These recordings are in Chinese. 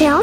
聊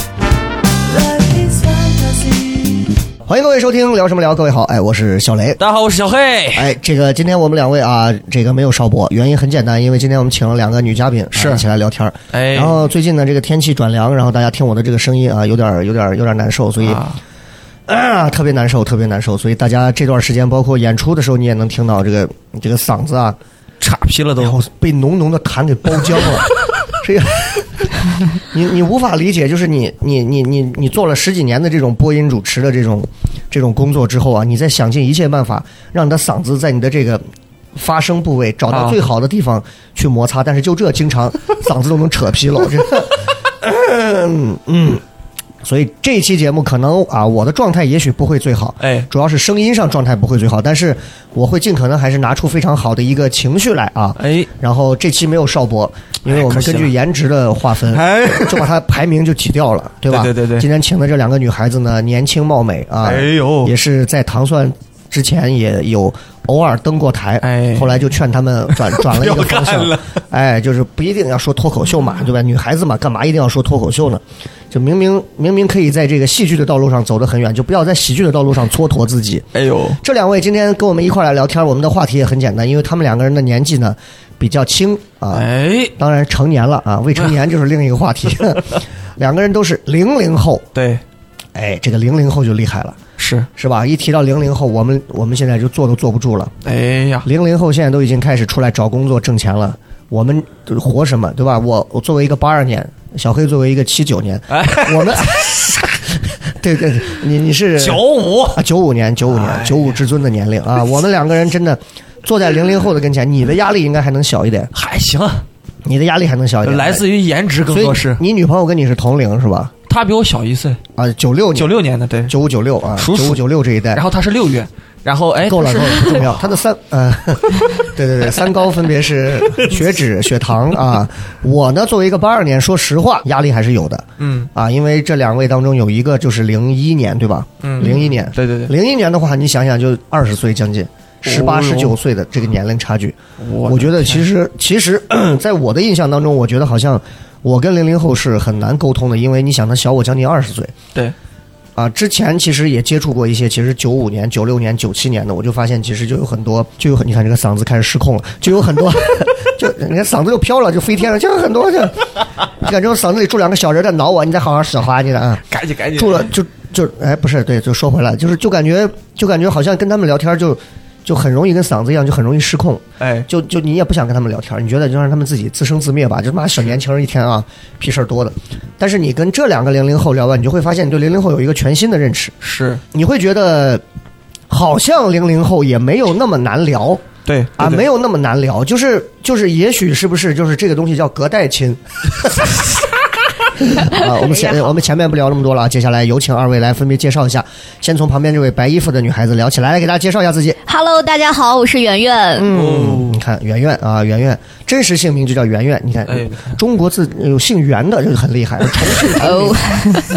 Life is fantasy. 欢迎各位收听聊什么聊？各位好，哎，我是小雷。大家好，我是小黑。哎，这个今天我们两位啊，这个没有少播，原因很简单，因为今天我们请了两个女嘉宾，是一起来聊天儿。哎然后最近呢，这个天气转凉，然后大家听我的这个声音啊，有点儿有点儿有点儿难受，所以、啊，特别难受，特别难受。所以大家这段时间，包括演出的时候，你也能听到这个这个嗓子啊，岔劈了然都后，被浓浓的痰给包浆了。这个，你你无法理解，就是你你你你你做了十几年的这种播音主持的这种这种工作之后啊，你再想尽一切办法让你的嗓子在你的这个发声部位找到啊最好的地方去摩擦，但是就这经常嗓子都能扯皮了，这个，嗯嗯，所以这一期节目可能啊，我的状态也许不会最好，哎，主要是声音上状态不会最好，但是我会尽可能还是拿出非常好的一个情绪来啊。哎，然后这期没有少播，因为我们根据颜值的划分，哎，就把它排名就挤掉 了，对吧？对对对对今天请的这两个女孩子呢，年轻貌美啊，哎呦也是在糖蒜之前也有偶尔登过台，哎后来就劝他们 转转了一个方向，哎，就是不一定要说脱口秀嗯嘛，对吧？女孩子嘛，干嘛一定要说脱口秀呢？就明明明明可以在这个戏剧的道路上走得很远，就不要在喜剧的道路上蹉跎自己。哎呦，这两位今天跟我们一块儿来聊天，我们的话题也很简单，因为他们两个人的年纪呢比较轻啊，哎，当然成年了啊，未成年就是另一个话 题。两个人都是零零后，对，哎，这个零零后就厉害了，是，是吧？一提到零零后，我们我们现在就坐都坐不住了。哎呀，零零后现在都已经开始出来找工作挣钱了，我们活什么，对吧？我我作为一个八二年，小黑作为一个七九年，哎，我 们， 对对，对你你是九五，啊，九五年，九五哎年，九五至尊的年龄啊，我们两个人真的坐在零零后的跟 前，你的压力应该还能小一点，还行，啊你的压力还能小一点，来自于颜值更哎所以多是，你女朋友跟你是同龄是吧？他比我小一岁，啊，九六九年，六年的，对，九五九六啊，九属鼠五九六这一代然，后他是六月，然后哎，够了他够是了，不重要。他的三呃， 对对对，三高分别是血脂、血糖啊。我呢，作为一个八二年，说实话，压力还是有的嗯啊，因为这两位当中有一个就是零一年对吧？嗯，零一年，对对对，零一年的话，你想想就二十岁将近。十八、哦十哟九岁的这个年龄差距，我我觉得其实其实， 在我的印象当中，我觉得好像我跟零零后是很难沟通的，因为你想，他小我将近二十岁对，啊。之前其实也接触过一些，其实九五年、九六年、九七年的，我就发现其实就有很多，就有很你看这个嗓子开始失控了，就有很多， 就你看嗓子就飘了，就飞天了，就有很多就，你感觉我嗓子里住两个小人在挠我，你再好好使唤你的啊。赶紧赶紧，住了就就哎不是对，就说回来，就是就感觉就感觉好像跟他们聊天就就很容易跟嗓子一样，就很容易失控，哎，就就你也不想跟他们聊天，你觉得就让他们自己自生自灭吧，就妈小年轻人一天啊屁事儿多的。但是你跟这两个零零后聊完，你就会发现你对零零后有一个全新的认识，是你会觉得好像零零后也没有那么难聊。对啊，没有，有那么难聊，就是就是，也许是不是就是这个东西叫隔代 亲？啊，我们哎前我们前面不聊那么多了，啊，接下来有请二位来分别介绍一下，先从旁边这位白衣服的女孩子聊起来，来给大家介绍一下自己。 Hello，大家好，我是圆圆。哦嗯，你看圆圆啊，圆圆真实姓名就叫圆圆，你看哎，中国字有姓袁的这个很厉害，重庆 哦，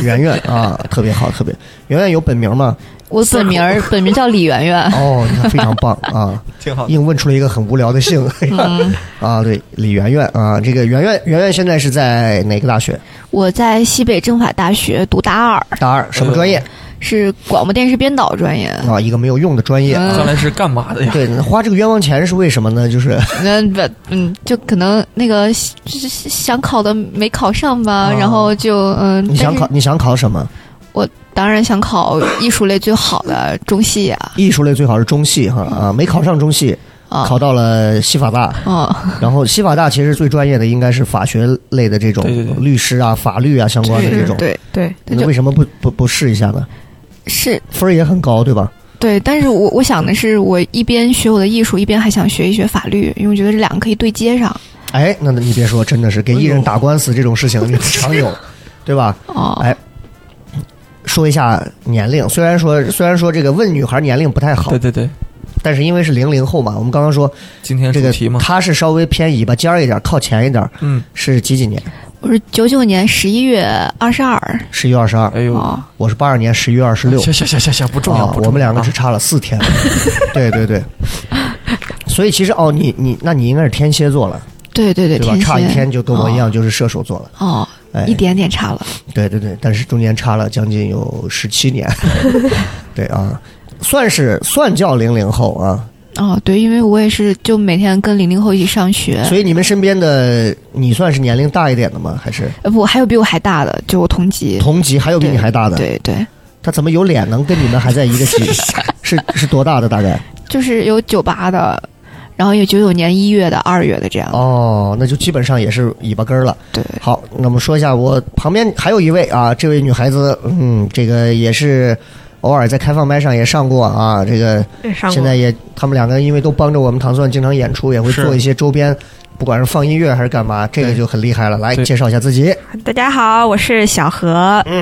圆圆啊，特别好，特别圆圆有本名吗？我本名儿本名叫李圆圆。哦，你看非常棒啊。挺好的，硬问出了一个很无聊的姓、嗯 啊，对，李媛媛啊，这个媛媛媛媛现在是在哪个大学？我在西北政法大学读大二，大二，什么专业、是广播电视编导专业。啊？一个没有用的专业将啊。嗯来是干嘛的呀？ 对，花这个冤枉钱是为什么呢？ 就是那不，嗯，就可能那个就是想考的没考上吧，啊然后就嗯，你想但是考你想考什么？当然想考艺术类最好的中戏呀艺术类最好是中戏哈啊，没考上中戏，啊，考到了西法 大， 啊，然后西法大其实最专业的应该是法学类的这种对对对律师啊、法律啊相关的这种。对对，那那就为什么不不不试一下呢？是分儿也很高，对吧？对，但是我我想的是，我一边学我的艺术，一边还想学一学法律，因为我觉得这两个可以对接上。哎，那你别说，真的是给哎艺人打官司这种事情，你 常有，对吧？哦哎，说一下年龄，虽然说虽然说这个问女孩年龄不太好对，对对，但是因为是零零后嘛，我们刚刚说今天这主个题嘛，她是稍微偏尾巴尖儿一点，靠前一点，嗯，是几几年？我是九九年十一月二十二，十一月二十二，哎呦，哦，我是八二年十一月二十六，行行行行行，不重要，啊不重要我们两个只啊差了四 天，对对对。所以其实哦，你你那你应该是天蝎座了，对对对，对吧？蝎差一啊天就跟我一样，就是射手座了。哦，哎，一点点差了，对对对，但是中间差了将近有十七 年，对啊，算是算叫零零后啊。哦，对，因为我也是就每天跟零零后一起上学， 所以你们身边的你算是年龄大一点的吗？还是呃不，还有比我还大的，就我同级，同级还有比你还大的？对对，他怎么有脸能跟你们还在一个级？是是多大的大概？就是有九八的，然后有九九年一月的、二月的这样，哦，那就基本上也是尾巴根儿了。对，好，那么说一下，我旁边还有一位啊，这位女孩子，嗯，这个也是偶尔在开放麦上也上过啊，这个上现过在也他们两个因为都帮着我们糖蒜经常演出，也会是做一些周边，不管是放音乐还是干嘛，这个对就很厉害了。来对介绍一下自己，大家好，我是小何，嗯，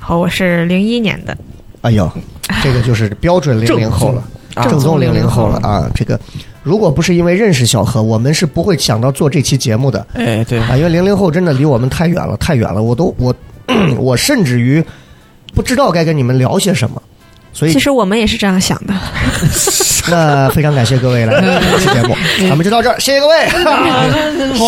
然后我是零一年的，哎呦，这个就是标准零零后了，啊正宗零零后了00啊，这个。如果不是因为认识小何，我们是不会想到做这期节目的。哎对，啊，因为零零后真的离我们太远了，太远了，我都我 我甚至于不知道该跟你们聊些什么，所以其实我们也是这样想的。那非常感谢各位来到这期节目，咱们就到这儿，谢谢各位。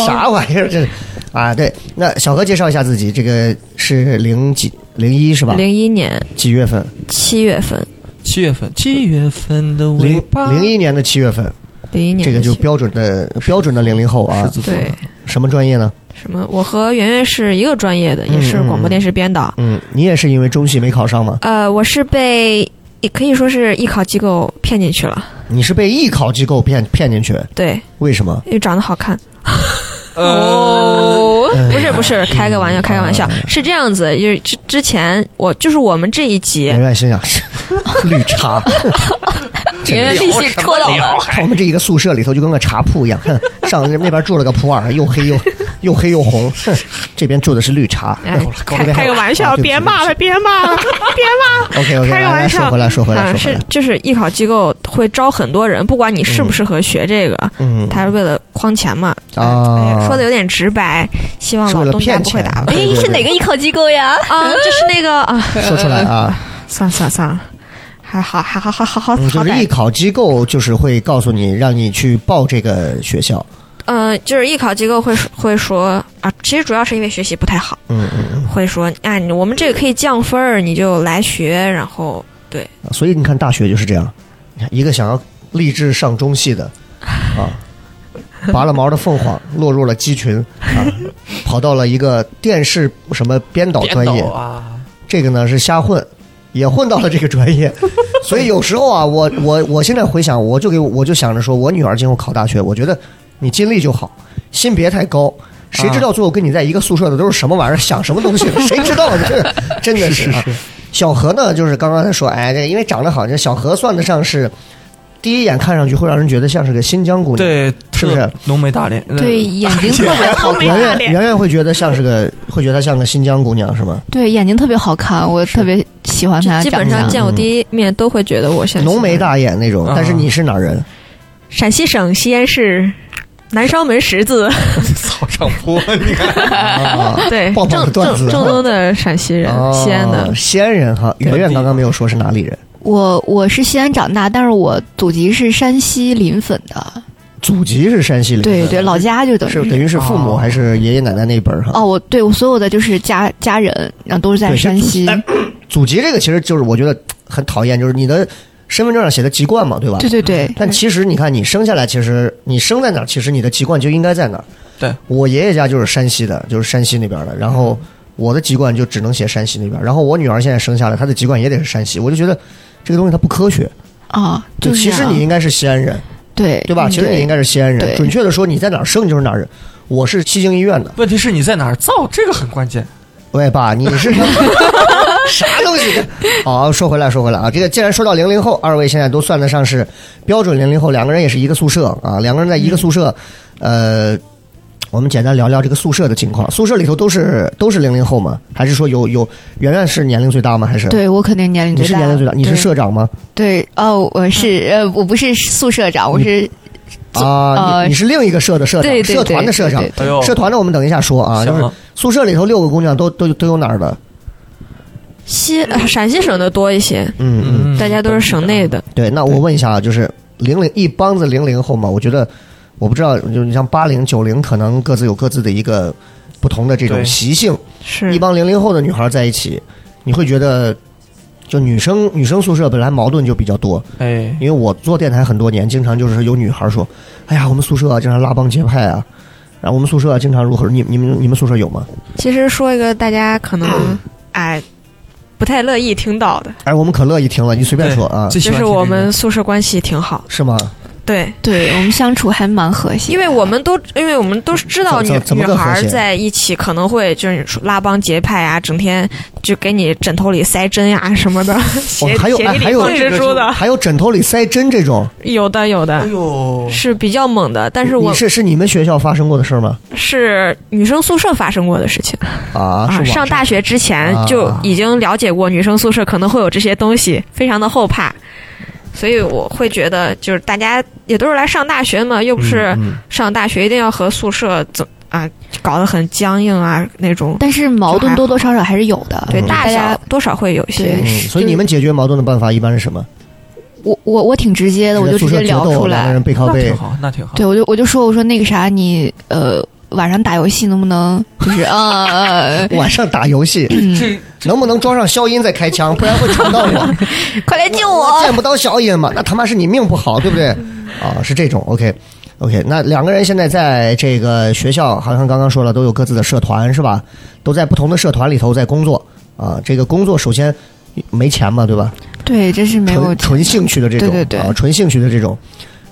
啥玩意儿这？啊，对，那小何介绍一下自己，这个是零几零一是吧？零一年几月份？七月份，七月份，七月份的尾零巴，零一年的七月份，零一年这个的就七月标准的标准的零零后啊狮。子座对什么专业呢？什么？我和圆圆是一个专业的，也是嗯嗯广播电视编导。嗯，你也是因为中戏没考上吗？呃，我是被也可以说是艺考机构骗进去了，你是被艺考机构骗骗进去？对，为什么？因为长得好看。哎呃，不是不是，开个玩笑，开个玩笑，是这样子，就是之之前我就是我们这一集圆，圆心 想，绿茶，圆圆力气戳到了，我们这一个宿舍里头就跟个茶铺一样，哼，上那边住了个普洱，又黑又又黑又红，哼，这边住的是绿茶。哎开开个玩啊笑，别骂了，别骂了，别骂了。 OK OK，开个来来玩笑说回来，说回来，啊，说回是来，就是艺考机构会招很多人，不管你适不适合学这个，嗯，他是为了诓钱嘛。啊哎呀说的有点直白，希望是为老了东家骗不会钱啊打我。哎，是哪个艺考机构呀？ 啊，就是那个啊，说出来啊， 算了算了算了，还好还好还好好嗯，就好是艺歹，考机构就是会告诉你，让你去报这个学校，嗯，就是艺考机构会说会说啊，其实主要是因为学习不太好，嗯嗯嗯，会说哎，你我们这个可以降分儿，你就来学，然后所以你看大学就是这样，你看一个想要立志上中戏的啊，拔了毛的凤凰落入了鸡群啊，跑到了一个电视什么编导哦专编业导，啊，这个呢是瞎混。也混到了这个专业，所以有时候啊，我我我现在回想，我就给我就想着说，我女儿今后考大学，我觉得你尽力就好，心别太高。谁知道最后跟你在一个宿舍的都是什么玩意儿，想什么东西呢？谁知道呢？这真的是啊。小何呢，就是刚刚他说，哎，这因为长得好，这小何算得上是第一眼看上去会让人觉得像是个新疆姑娘，对，是不是特浓眉大脸？呃对，，眼 睛特别好，没圆打圆脸。圆圆会觉得像是个，会觉得她像个新疆姑娘是吗？对，眼睛特别好看，我特别喜欢就他基本上见我第一面都会觉得我现嗯在浓眉大眼那种啊。但是你是哪儿人？陕西省西安市南烧门十字，草上坡，你 看，啊， 对，棒棒的正段子正啊正宗的陕西人，哦西安的。西安人哈，圆圆刚刚没有说是哪里人，我我是西安长大，但是我祖籍是山西临汾的，祖籍是山西人，对对，老家就等是于等于是父母还是爷爷奶奶那一辈儿哈。哦，我对我所有的就是家家人，然后都是在对山西，祖籍这个其实就是我觉得很讨厌，就是你的身份证上写的籍贯嘛，对吧？对对对，但其实你看，你生下来，其实你生在哪儿，其实你的籍贯就应该在哪儿。对，我爷爷家就是山西的，就是山西那边的，然后我的籍贯就只能写山西那边。然后我女儿现在生下来，她的籍贯也得是山西，我就觉得这个东西它不科学。啊，就就是其实这样你应该是西安人，对对吧？嗯其实你应该是西安人，对准确的说，你在哪儿生就是哪儿人。我是西京医院的，问题是你在哪儿造？这个很关键。喂爸，你 是啥东西？好，说回来，说回来啊，这个既然说到零零后，二位现在都算得嗯上是标准零零后，两个人也是一个宿舍啊，两个人在一个宿舍，呃，我们简单聊聊这个宿舍的情况。宿舍里头都是都是零零后吗？还是说有有圆圆是年龄最大吗？还是对我肯定年龄你最是大，年龄最大？你是对社长嗯吗？对哦，我是呃，我不是宿舍长，我 是啊，呃你你是另一个社的社长，对对对社团的社长对。哎呦，社团的我们等一下说啊，就行是了，宿舍里头六个姑娘都都都有哪儿的？西呃陕西省的多一些，嗯嗯。嗯大家都是省内的。对，那我问一下啊，就是零零一帮子零零后嘛，我觉得我不知道，就你像八零九零，可能各自有各自的一个不同的这种对习性。是一帮零零后的女孩在一起，你会觉得。就女生女生宿舍本来矛盾就比较多，哎，因为我做电台很多年，经常就是有女孩说：“哎呀，我们宿舍、啊、经常拉帮结派啊，然后我们宿舍、啊、经常如何？你你们你们宿舍有吗？其实说一个大家嗯可能哎不太乐意听到的，哎，我们可乐意听了，你随便说啊，哎最喜就欢是听这我个们宿舍关系挺好。是吗？对，对我们相处还蛮和谐，因为我们都因为我们都知道怎女怎怎么女个和孩儿谐在一起可能会就是拉帮结派啊，整天就给你枕头里塞针呀、什 么的，哦鞋，还有鞋哎，底还里有放蜘蛛的，还有枕头里塞针这种，嗯有的有哎的。呦，是比较猛的，但是你我是是你们学校发生过的事儿吗？是女生宿舍发生过的事情啊，是网啊上大学之前就已经了解过女生宿舍可能会有这些东西，非常的后怕，所以我会觉得就是大家也都是来上大学嘛，又不是嗯上大学一定要和宿舍怎啊搞得很僵硬啊那种。但是矛盾多多少少还是有的，对，嗯大家小多少会有一些对嗯，所以你们解决矛盾的办法一般是什么？我我我挺直接的，哎我就直宿接舍决聊斗，出两来个人，背靠那背挺，好，那挺好。对我就我就说我说那个啥，你呃晚上打游戏能不能 就是啊呃晚上打游 戏，这能不能装上消音再开枪？不然会传到 我，快来救我我，见不到消音嘛？那他妈是你命不好，对不对？啊，是这种，OK。OK，那两个人现在在这个学校，好像刚刚说了，都有各自的社团是吧？都在不同的社团里头在工作啊。这个工作首先没钱嘛，对吧？对，真是没有纯纯兴趣的这种，对对对啊，纯兴趣的这种。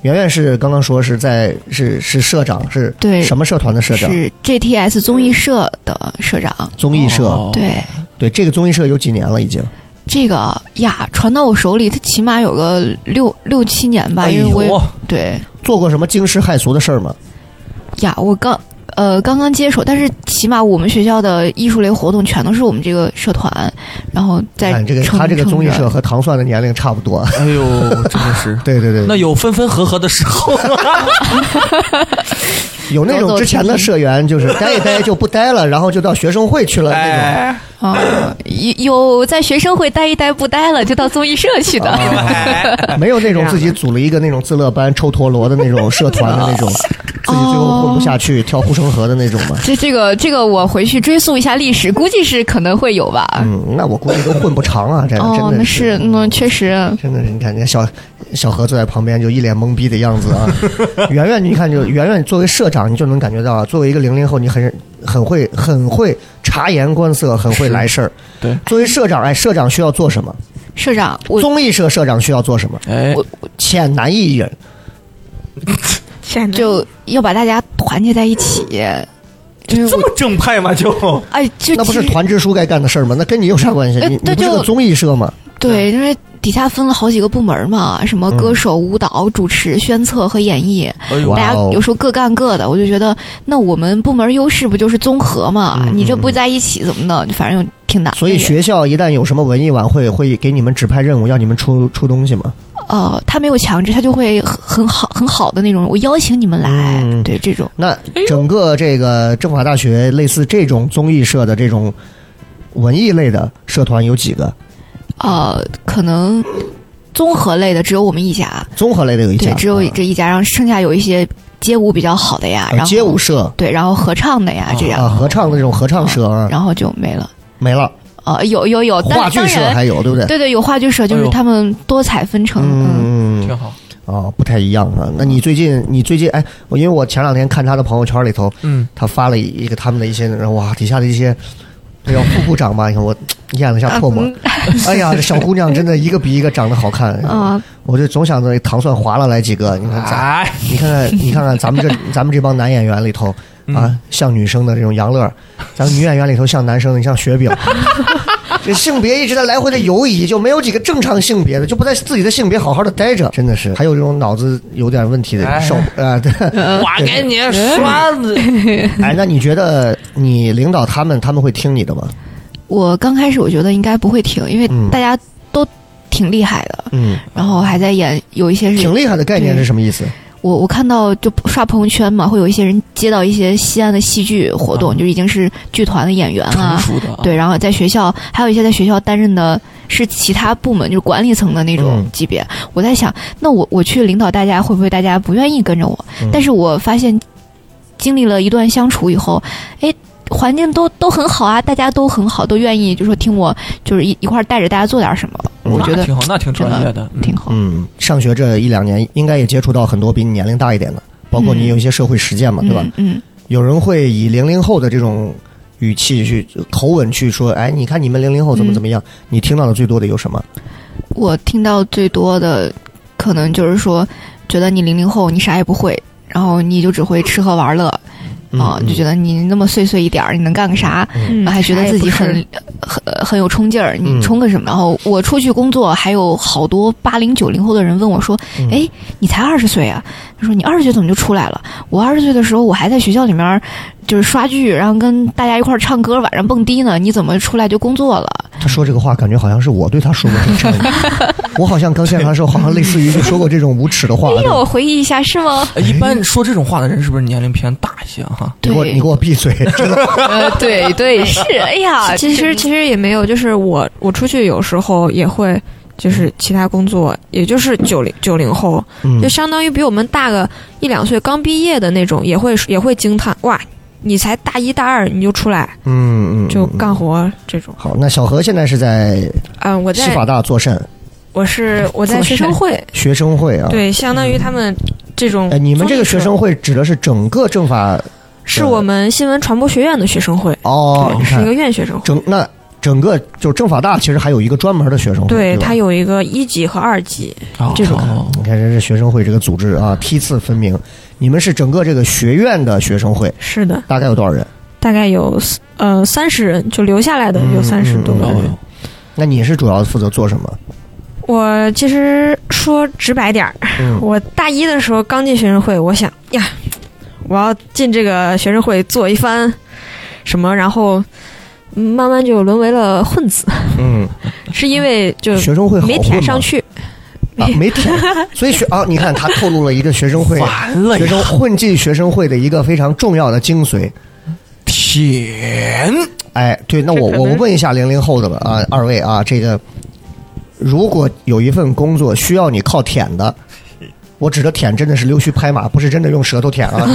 圆圆是刚刚说是在是是社长，是对什么社团的社长？是 GTS 综艺社的社长，综艺社。哦对对，这个综艺社有几年了已经？这个呀传到我手里，它起码有个六六七年吧，哎因呦为我也哇对做过什么惊世骇俗的事儿吗？呀，我刚呃刚刚接手，但是起码我们学校的艺术类活动全都是我们这个社团，然后在哎看这个，撑他这个综艺撑社着和糖蒜的年龄差不多。 。哎呦，真的是对对对，那有分分合合的时候，有那种之前的社员就是待一待就不待了，然后就到学生会去了那种。哎，啊、有有在学生会待一待不待了，就到综艺社去的。啊哎没有那种自己组了一个那种自乐班抽陀螺的那种社团的那 种，自己最后混不下去跳护城河的那种吗？这这个这个，我回去追溯一下历史，估计是可能会有吧。嗯，那我估计都混不长啊，这真啊哦，的那是，嗯，确实，真的是，你看，你看小小何坐在旁边就一脸懵逼的样 子啊。圆圆，你看就圆圆作为社长，你就能感觉到啊，作为一个零零后，你很很会很会察言观色，很会来事儿。对，作为社长，哎，社长需要做什么？社长，我综艺社社长需要做什么？哎，浅难易忍，显得就要把大家团结在一起。因为 这我么正派吗？就哎，就那不是其实团支书该干的事儿吗？那跟你有啥关系？呃你你对不是就个综艺社吗？嗯对，因为底下分了好几个部门嘛，什么歌手、舞蹈、主持、宣策和演艺，哎呦大，家哇哦有时候各干各的。我就觉得，那我们部门优势不就是综合嘛？嗯你这不在一起怎么弄？反正挺难的也。所以学校一旦有什么文艺晚会，会给你们指派任务，要你们出出东西吗？呃，他没有强制，他就会很很好很好的那种，我邀请你们来，嗯对这种那整个这个政法大学类似这种综艺社的这种文艺类的社团有几个？呃，可能综合类的只有我们一家，综合类的有一家，嗯对，只有这一家，然后剩下有一些街舞比较好的呀，啊然后街舞社对，然后合唱的呀，这样，啊，合唱的这种合唱社啊，然后就没了。没了。呃，有有有，哦但话剧当社然还有，对不对？对对，有话剧社，就哎是呦他们多彩纷呈。嗯，嗯，挺好。啊，不太一样啊。那你最近，你最近，哎，我因为我前两天看他的朋友圈里头，嗯，他发了一个他们的一些，然后哇，底下的一些，这叫副部长吧？你看我咽了一下啊唾嗯沫，哎呀，这小姑娘真的一个比一个长得好 看啊！我就总想着糖蒜划拉来几个，你看咱，哎，你看看，你看看咱 们这咱们这帮男演员里头嗯 啊，像女生的这种杨乐，咱们女演员里头像男生的像雪饼，这性别一直在来回的游移，就没有几个正常性别的，就不在自己的性别好好的待着，真的是。还有这种脑子有点问题的人，哎受 啊，对，我给你刷子，哎，那你觉得你领导他们他们会听你的吗？我刚开始我觉得应该不会停，因为嗯大家都挺厉害的，嗯，然后还在演有一些是挺厉害的概念是什么意思？我我看到就刷朋友圈嘛，会有一些人接到一些西安的戏剧活嗯动，啊就已经是剧团的演员成 啊，熟的啊，对，然后在学校还有一些在学校担任的是其他部门，就是管理层的那种嗯级别。我在想，那我我去领导大家，会不会大家不愿意跟着我？嗯但是我发现，经历了一段相处以后，哎。环境都都很好啊，大家都很好，都愿意就说听我就是一一块儿带着大家做点什么，嗯我觉那得挺好，那挺专业的，嗯挺好。嗯，上学这一两年，应该也接触到很多比你年龄大一点的，包括你有一些社会实践嘛，对吧？嗯？嗯，有人会以零零后的这种语气去口吻去说，哎，你看你们零零后怎么怎么样？你听到的最多的有什么？我听到最多的可能就是说，觉得你零零后你啥也不会，然后你就只会吃喝玩乐嗯啊，就觉得得你那么碎碎一点儿，你能干个啥？嗯还觉得自己很啥也很很有冲劲儿，嗯你冲个什么？然后我出去工作，还有好多八零九零后的人问我说：“嗯哎、你才二十岁啊？”他说：“你二十岁怎么就出来了？”我二十岁的时候，我还在学校里面儿就是刷剧，然后跟大家一块儿唱歌，晚上蹦迪呢。你怎么出来就工作了？他说这个话，感觉好像是我对他说过这种差异我好像刚见他的时候，好像类似于就说过这种无耻的话。不是对哎吧呦，我回忆一下是吗？哎一般说这种话的人是不是年龄偏大一些啊哈？你给我，你给我闭嘴！真的，呃，对对， 是，哎呀，其实其实也没有，就是我我出去有时候也会。就是其他工作，也就是九零九零后， 嗯就相当于比我们大个一两岁，刚毕业的那种，也会也会惊叹哇，你才大一大二你就出来嗯嗯，就嗯干活这种。好。那小何现在是在嗯，我西在法大做甚？我是我在做学生事会，学生会啊。。对，相当于他们这种哎，综艺社。你们这个学生会指的是整个政法是我们新闻传播学院的学生会，哦，你是一看个院学生会。整那整个就是政法大其实还有一个专门的学生会，哦对吧它有一个一级和二级，啊这种哦你看，人家学生会这个组织啊，批次分明。你们是整个这个学院的学生会，是的，大概有多少人？大概有呃三十人，就留下来的有嗯三十嗯多个人。哦那你是主要负责做什么？我其实说直白点儿，嗯 我大一的时候刚进学生会，我想呀，我要进这个学生会做一番什么，然后嗯慢慢就沦为了混 子，嗯，是因为就学生会好没混吗填上去。啊，没 填，所以学啊，你看他透露了一个学生会。完了学呀，生混进学生会的一个非常重要的精髓，舔哎，对，那我这可我能问一下零零后的吧啊，二位啊，这个如果有一份工作需要你靠舔的，我指的舔真的是溜须拍马，不是真的用舌头舔啊，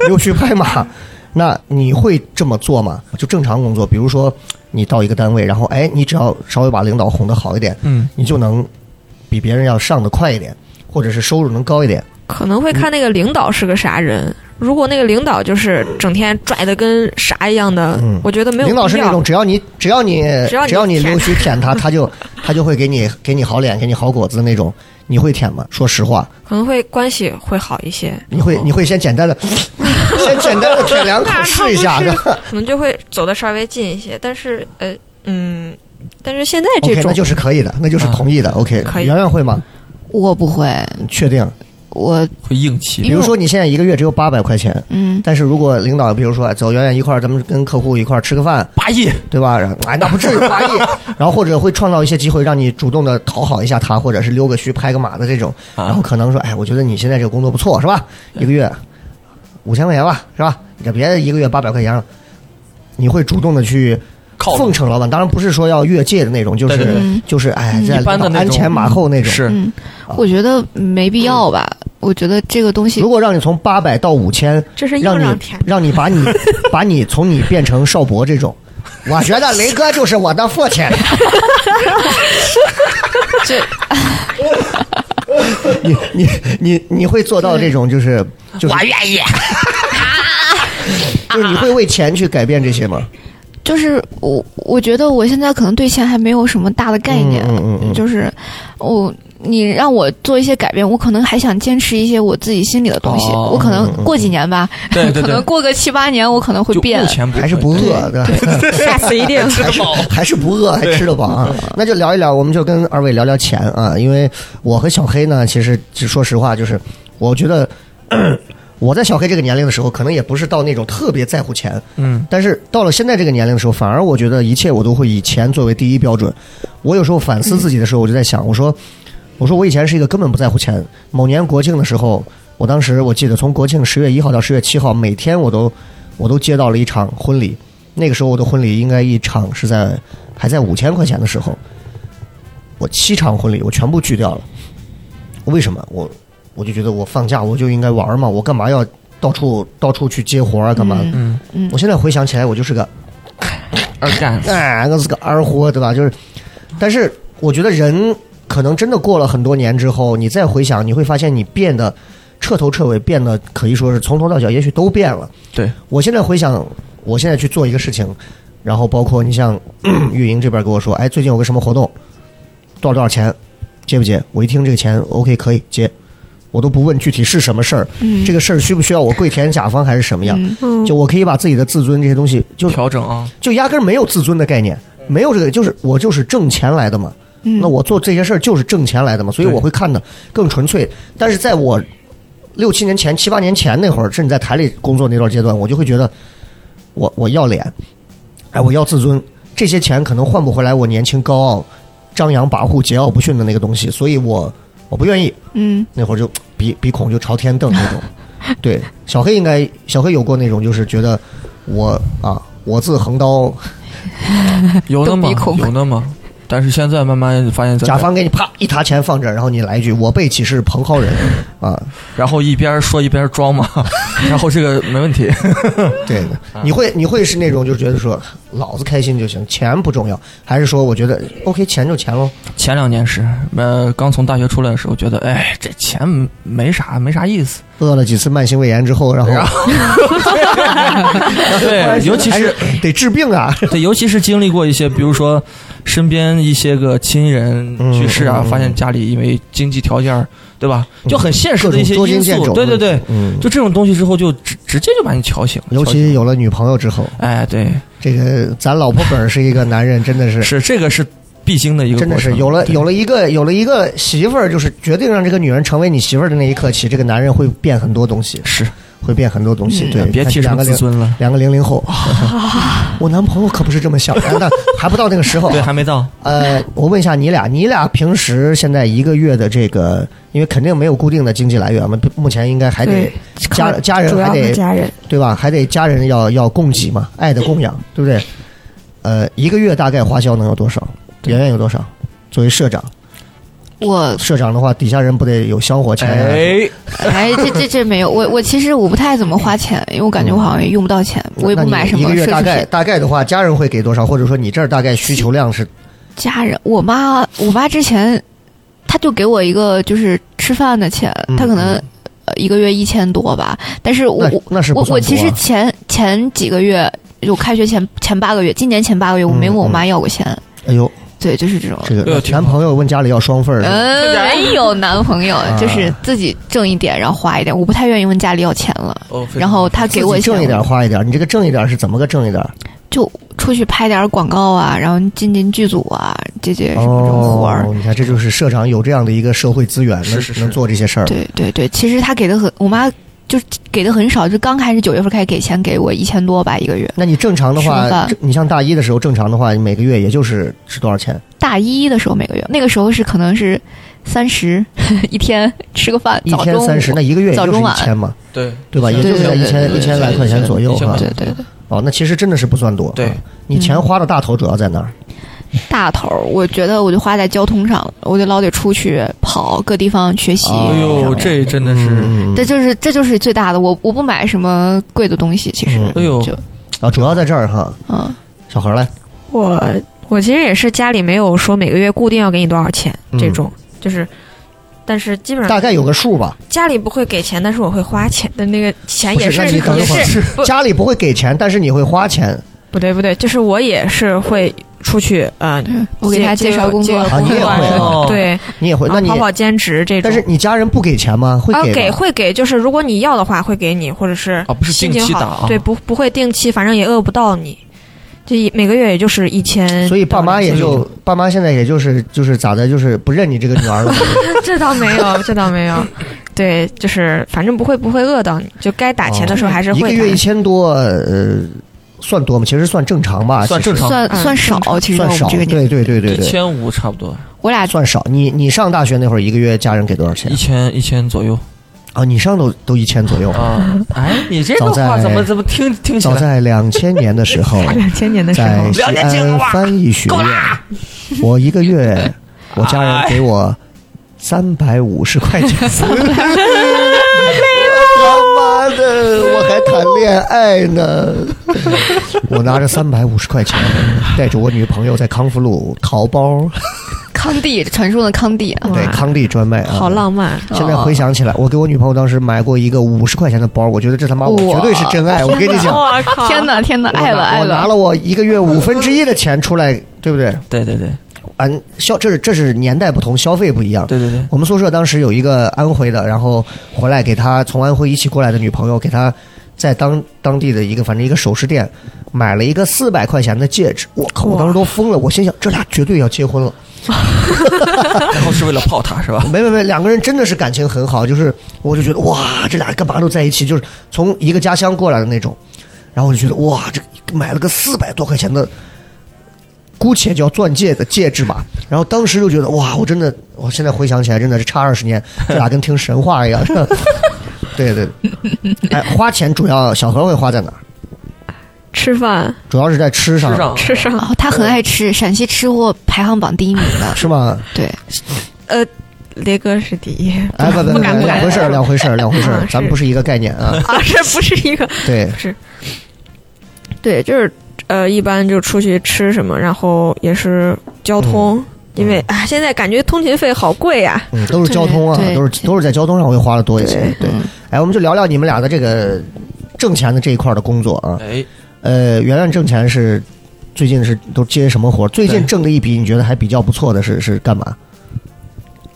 溜须拍马，那你会这么做吗？就正常工作，比如说你到一个单位，然后哎，你只要稍微把领导哄得好一点，嗯，你就能比别人要上得快一点，或者是收入能高一点。可能会看那个领导是个啥人。如果那个领导就是整天拽的跟啥一样的，嗯我觉得没有领导必是那要种只要你只要你只要你舔溜须舔他，他 就他就会给你给你好脸，给你好果子那种。你会舔吗？说实话，可能会关系会好一些，你会你会先简 单的先简单的舔两口那试一下。 那是不 吧可能就会走的稍微近一些。但是呃嗯，但是现在这 OK，种啊那就是可以的，那就是同意的。OK，可以圆圆会吗？我不会，确定。我会硬气比如说你现在一个月只有八百块钱，嗯，但是如果领导比如说哎走，圆圆一块儿，咱们跟客户一块儿吃个饭，八亿，对吧？然后哎，那不 至于八亿。然后或者会创造一些机会，让你主动的讨好一下他，或者是溜个须、拍个马的这种。啊然后可能说，哎，我觉得你现在这个工作不错，是吧？一个月五千块钱吧，是吧？你这别一个月八百块钱了。你会主动的去靠奉承老板，当然不是说要越界的那种，就是对对嗯对就是哎，在一般的那鞍种前马后那种。是嗯，我觉得没必要吧。我觉得这个东西如果让你从八百到五千，这是硬让让你舔，让你把你把你从你变成少博这种，我觉得雷哥就是我的父亲。这你你你你会做到这种就是就是我愿意。 就是你会为钱去改变这些吗？就是我，我觉得我现在可能对钱还没有什么大的概念，嗯嗯嗯嗯嗯就是我你让我做一些改变，我可能还想坚持一些我自己心里的东西。哦我可能过几年吧，对对可能对，过个七八年，我可能会就变目。前不还是不会饿的，下次一定还是还是不饿，还吃得饱啊？那就聊一聊，我们就跟二位聊聊钱啊，因为我和小黑呢，其实就说实话，就是我觉得。我在小黑这个年龄的时候，可能也不是到那种特别在乎钱，嗯，但是到了现在这个年龄的时候，反而我觉得一切我都会以钱作为第一标准。我有时候反思自己的时候，我就在想，我说，我说我以前是一个根本不在乎钱。某年国庆的时候，我当时我记得从国庆十月一号到十月七号，每天我都我都接到了一场婚礼。那个时候我的婚礼应该一场是在还在五千块钱的时候，我七场婚礼我全部拒掉了。为什么？我我就觉得我放假我就应该玩嘛，我干嘛要到处到处去接活啊？干嘛？嗯嗯我现在回想起来，我就是个二干哎，我是个二货，对吧？就是，但是我觉得人可能真的过了很多年之后，你再回想，你会发现你变得彻头彻尾，变得可以说是从头到脚，也许都变了。对我现在回想，我现在去做一个事情，然后包括你像咳运营这边跟我说，哎，最近有个什么活动，多少多少钱，接不接？我一听这个钱，OK，可以接，我都不问具体是什么事儿，嗯，这个个事儿需不需要我跪舔甲方还是什么样，嗯就我可以把自己的自尊这些东西就调整啊，就压根儿没有自尊的概念，没有这个，就是我就是挣钱来的嘛。嗯那我做这些事儿就是挣钱来的嘛，所以对我会看的更纯粹。但是在我六七年前、七八年前那会儿，甚至在台里工作那段阶段，我就会觉得我我要脸，哎，我要自尊，这些钱可能换不回来我年轻、高傲、张扬、跋扈、桀骜不驯的那个东西，所以我我不愿意。嗯那会儿就鼻鼻孔就朝天瞪那种。对，小黑应该小黑有过那种，就是觉得我啊，我自横刀，有那蹬么鼻孔有那么，但是现在慢慢发现在甲，方给你啪一沓钱放这儿，然后你来一句“我辈岂是蓬蒿人”啊，然后一边说一边装嘛， 然后这个没问题，对，啊你会你会是那种就觉得说老子开心就行，钱不重要，还是说我觉得 OK 钱就钱喽？前两年是，呃，刚从大学出来的时候，觉得哎，这钱没啥，没啥意思。饿了几次慢性胃炎之后，然后然 对，尤其还是是得治病啊， 对，尤其是经历过一些，比如说身边一些个亲人嗯去世啊，嗯发现家里因为经济条件儿，对吧，嗯就很现实各的一种些捉因襟见素。肘。对对对，，嗯，就这种东西之后，就直直接就把你敲醒。尤敲其醒有了女朋友之后，哎，对，这个咱老婆本儿是一个男人，真的是是这个是必经的一个过真程，的是有了对有了一个有了一个媳妇儿，就是决定让这个女人成为你媳妇儿的那一刻起，这个男人会变很多东西，是，会变很多东西。对，嗯别提什两么个自零尊了，两个零零后， 我男朋友可不是这么想的，那还不到那个时候啊。对，还 没到，呃，我问一下你俩，你俩平时现在一个月的这个，因为肯定没有固定的经济来源嘛，目前应该还得对，家靠家人主还要得是家人，对吧？还得家人要要供给嘛，爱的供养，对不对？呃，一个月大概花销能有多少？圆圆有多少？作为社长，我社长的话，底下人不得有香火钱啊呀、哎，哎，这这这没有，我我其实我不太怎么花钱，因为我感觉我好像也用不到钱，我也那不你买什一么个奢月大侈概品。大概的话，家人会给多少？或者说你这儿大概需求量是家人，我妈，我妈之前她就给我一个就是吃饭的钱，嗯她可能嗯呃一个月一千多吧，但是我那我那是不我算我其多实啊前前几个月就开学前前八个月，今年前八个月我没嗯问我嗯妈要过钱，哎呦，对，就是这种。这这个个哎挺男好朋友问家里要双份儿，嗯，没有男朋友，就是啊自己挣一点，然后花一点。我不太愿意问家里要钱了。哦然后他给我自己钱挣一点儿花一点儿。你这个挣一点儿是怎么个挣一点儿？就出去拍点儿广告啊，然后进进剧组啊，接接什么这种活儿。哦，你看这就是社长有这样的一个社会资源，能是是是能做这些事儿。对对对，其实他给的很，我妈就是给的很少，就刚开始九月份开始给钱，给我一千多吧一个月。那你正常的吃个话，饭这你像大一的时候正常的话，你每个月也就是是多少钱？大一的时候每个月，那个时候是可能是三十 一天吃个饭，一早天中午三十，那一个月也早就是中一晚千嘛，对对吧？也对就是在一对对千对一千来块钱左右一千哈块。对对对，哦，那其实真的是不算多。对啊，你钱嗯花的大头主要在哪儿？大头儿，我觉得我就花在交通上了，我就老得出去跑各地方学习。哦哎呦，这真的是，嗯这就是这就是最大的，我我不买什么贵的东西，其实嗯哎呦，就啊，主要在这儿哈。嗯，小何来，我我其实也是家里没有说每个月固定要给你多少钱、嗯这种，就是，但是基本上大概有个数吧。家里不会给钱，但是我会花钱的那个钱不哎也是，那你等一也会儿 是不家里不会给钱，但是你会花钱。不对不对，就是我也是会出去，呃，我给他接介绍工作 接啊你也会哦啊对，你也会，然那后你跑跑兼职这但种。是你家人不给钱吗？会哦啊，给给吗哦会给，就是如果你要的话，会给你，或者是啊不是心定情期的啊好对，不不会定期，反正也饿不到你，就一每个月也就是一千。所以爸妈也就爸妈现在也就是就是咋的，就是不认你这个女 儿了。 这倒没有，这倒没有，对，就是反正不会不会饿到你，就该打钱的时候还是一个会打。月一千多，呃，算多吗？其实算正常吧，算其实正常算嗯算少，其实在算我们少，这个对年，对对对一对，千五差不多，我俩算少。你你上大学那会儿，一个月家人给多少钱一千一千左右啊？你上都都一千左右。啊。哎，你这个哦早在话怎么怎么听听起早来在两千年的时候， 两千年的时候在，西安翻译学院， 我一个月，我家人给我三百五十块钱。 他妈的，我还谈恋爱呢！我拿着三百五十块钱，带着我女朋友在康复路淘包，康帝，传说的康帝啊，对康帝专卖啊，好浪漫。现在回想起来，我给我女朋友当时买过一个五十块钱的包，我觉得这他妈我绝对是真爱。我跟你 讲，我靠！天哪天哪，我爱了拿爱我拿了，了我一个月五分之一的钱出来，对不对？对对对俺消这是这是年代不同，消费不一样。对对对，我们宿舍当时有一个安徽的，然后回来给他从安徽一起过来的女朋友，给他在当当地的一个反正一个首饰店买了一个四百块钱的戒指。我靠！我当时都疯了，我心想这俩绝对要结婚了。然后是为了泡他是吧？没没没，两个人真的是感情很好，就是我就觉得哇，这俩干嘛都在一起，就是从一个家乡过来的那种，然后我就觉得哇，这买了个四百多块钱的，姑且叫钻戒的戒指吧，然后当时就觉得哇，我真的，我现在回想起来，真的是差二十年，这俩跟听神话一样。是吧对对，哎，花钱主要小何会花在哪儿？吃饭主 要是啊在吃上，吃上吃上哦，他很爱吃，陕西吃货排行榜第一名 的，是吗？对，雷哥是第一哎，不不不，不敢不敢两回事儿，两回事儿，两回事 儿嗯，咱们是不是一个概念啊。啊，这不是 一个对，对，就是呃，一般就出去吃什么，然后也是交通，因为啊，现在感觉通勤费好贵呀、嗯，都是交通啊对，对都是都是在交通上会花的多一些。对，嗯哎，我们就聊聊你们俩的这个挣钱的这一块的工作啊。哎，呃，圆圆挣钱是最近是都接什么活？最近对挣的一笔你觉得还比较不错的是是干嘛？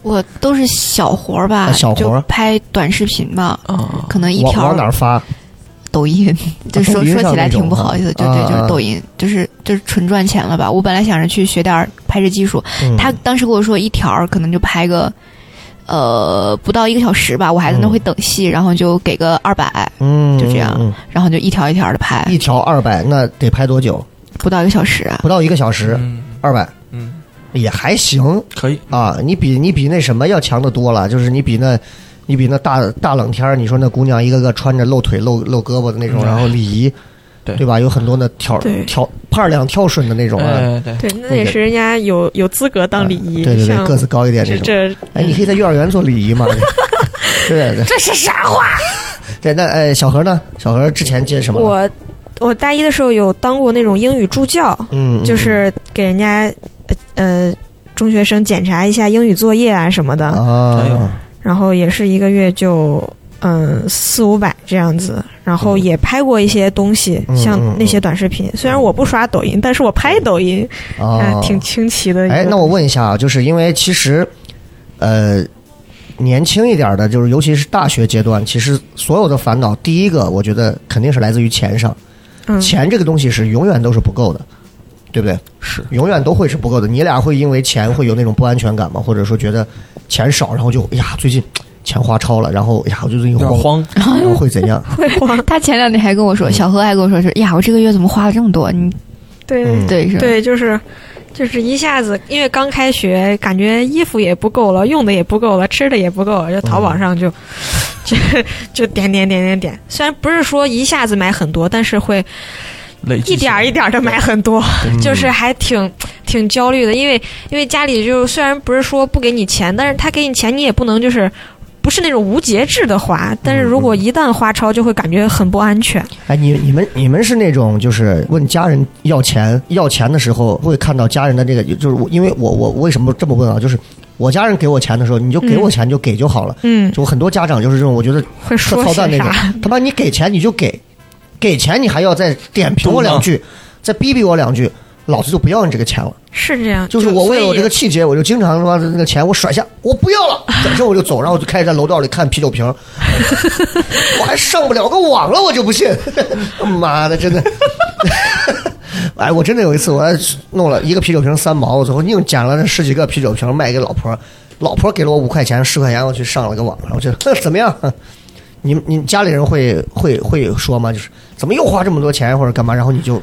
我都是小活儿吧，啊小活就儿哦拍短视频吧，啊，可能一往条往哪儿发？抖音， 就抖说音说上起来那种挺不哈好意思，就啊对，就啊是抖音，就是就是纯赚钱了吧。我本来想着去学点儿拍摄技术，嗯他当时跟我说一条儿可能就拍个。呃，不到一个小时吧，我还在那会等戏，然后就给个二百，嗯，就这样哎嗯然后就一条一条的拍，一条二百，那得拍多久？不到一个 小时啊。不到一个小时，嗯二百嗯，也还行可以，啊。你比你比那什么要强的多了，就是你比那。你比那大大冷天儿，你说那姑娘一个个穿着露腿露露胳膊的那种，嗯然后礼仪，对对吧？有很多那挑对挑胖亮挑顺的那种啊，哎对，对，那也是人家有有资格当礼仪，对对对，像个子高一点这种。这嗯哎，你可以在幼儿园做礼仪 嘛？对对这是啥话？对，那哎，小何呢？小何之前接什么了？我我大一的时候有当过那种英语助教，嗯，嗯就是给人家呃中学生检查一下英语作业啊什么的，哎呦啊，然后也是一个月就嗯四五百这样子，然后也拍过一些东西，嗯嗯像那些短视频。虽然我不刷抖音，但是我拍抖音，啊啊，，挺清奇的一个。哎，那我问一下啊，就是因为其实，呃，年轻一点的，就是尤其是大学阶段，其实所有的烦恼，第一个我觉得肯定是来自于钱上，嗯，钱这个东西是永远都是不够的，对不对？是永远都会是不够的。你俩会因为钱会有那种不安全感吗？或者说觉得钱少，然后就哎呀，最近钱花超了，然后哎呀，我最近有点慌，慌，然后会 怎样？会花他前两天还跟我嗯说，小何还跟我说是哎呀，我这个月怎么花了这么多？你对、嗯对是吧对，就是。就是一下子，因为刚开学，感觉衣服也不够了，用的也不够了，吃的也不够了，就淘嗯宝上就，就就点点点点点。虽然不是说一下子买很多，但是会累积一点儿一点儿的买很多，嗯 就是还挺挺焦虑的，因为因为家里就虽然不是说不给你钱，但是他给你钱你也不能就是不是那种无节制的花，但是如果嗯一旦花超就会感觉很不安全。哎，你你们你们是那种就是问家人要钱要钱的时候，会看到家人的这个，就是我因为我我我为什么这么问啊？就是我家人给我钱的时候，你就给我钱就给就好了。嗯，就我很多家长就是这种，我觉得特会说操蛋些那种啥？。他妈，你给钱你就给，给钱你还要再点评我两句，再逼逼我两句。老子就不要你这个钱了。是这样，就是我为了我这个所气节，我就经常说那个钱我甩下，我不要了，转身我就走，然后我就开始在楼道里看啤酒瓶儿，我还上不了个网了，我就不信， 妈的，真 的。哎，我真的有一次，我还弄了一个啤酒瓶三毛，我最后硬捡了那十几个啤酒瓶卖给老婆，老婆给了我五块钱、十块钱，我去上了个网，然后我就哼怎么样？你你家里人会会会说吗？就是怎么又花这么多钱或者干嘛？然后你就以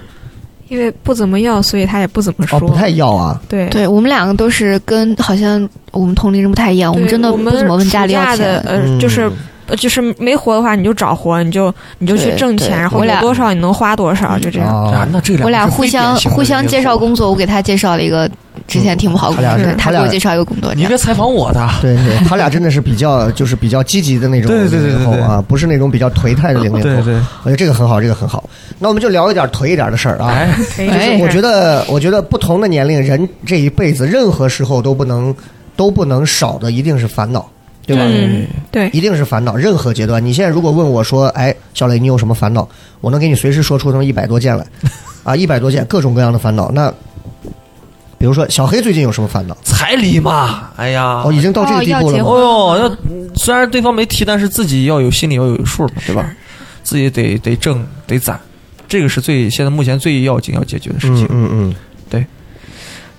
也因为不怎么要，所以他也不怎么哦说。不太要啊，对对我们两个都是跟好像我们同龄人不太一样，我对们真的我不们怎么问家里暑要假钱。的嗯呃，就是呃就是没活的话，你就找活，你就你就去对挣对钱，然后我有俩多少你能花多少，就这样。哦啊，那这两个我俩是非互相典型的互相零零介绍后工作，我给他介绍了一个之前挺不好的他俩工是作，嗯他他给俩我介绍一个工作。这你样别采访我的， 对对，他俩真的是比 较就是比较积极的那种对对对零零后啊，不是那种比较颓态的零零后。对对，我觉得这个很好，这个很好。那我们就聊一点颓一点的事儿啊。哎，哎就是这我是觉得，我觉得不同的年龄，人这一辈子任何时候都不能都不能少的，一定是烦恼，对吧？嗯，对，一定是烦恼。任何阶段，你现在如果问我说，哎，小磊，你有什么烦恼？我能给你随时说出那么一百多 件来，啊，一百多件，各种各样的烦恼。那比如说，小黑最近有什么烦恼？彩礼嘛，哎呀，哦，已经到这个地步了哦要结 吗婚哦哟，要虽然对方没提，但是自己要有心里要有数嘛，对吧？自己得得挣得攒，这个是最现在目前最要紧要解决的事情。嗯嗯嗯，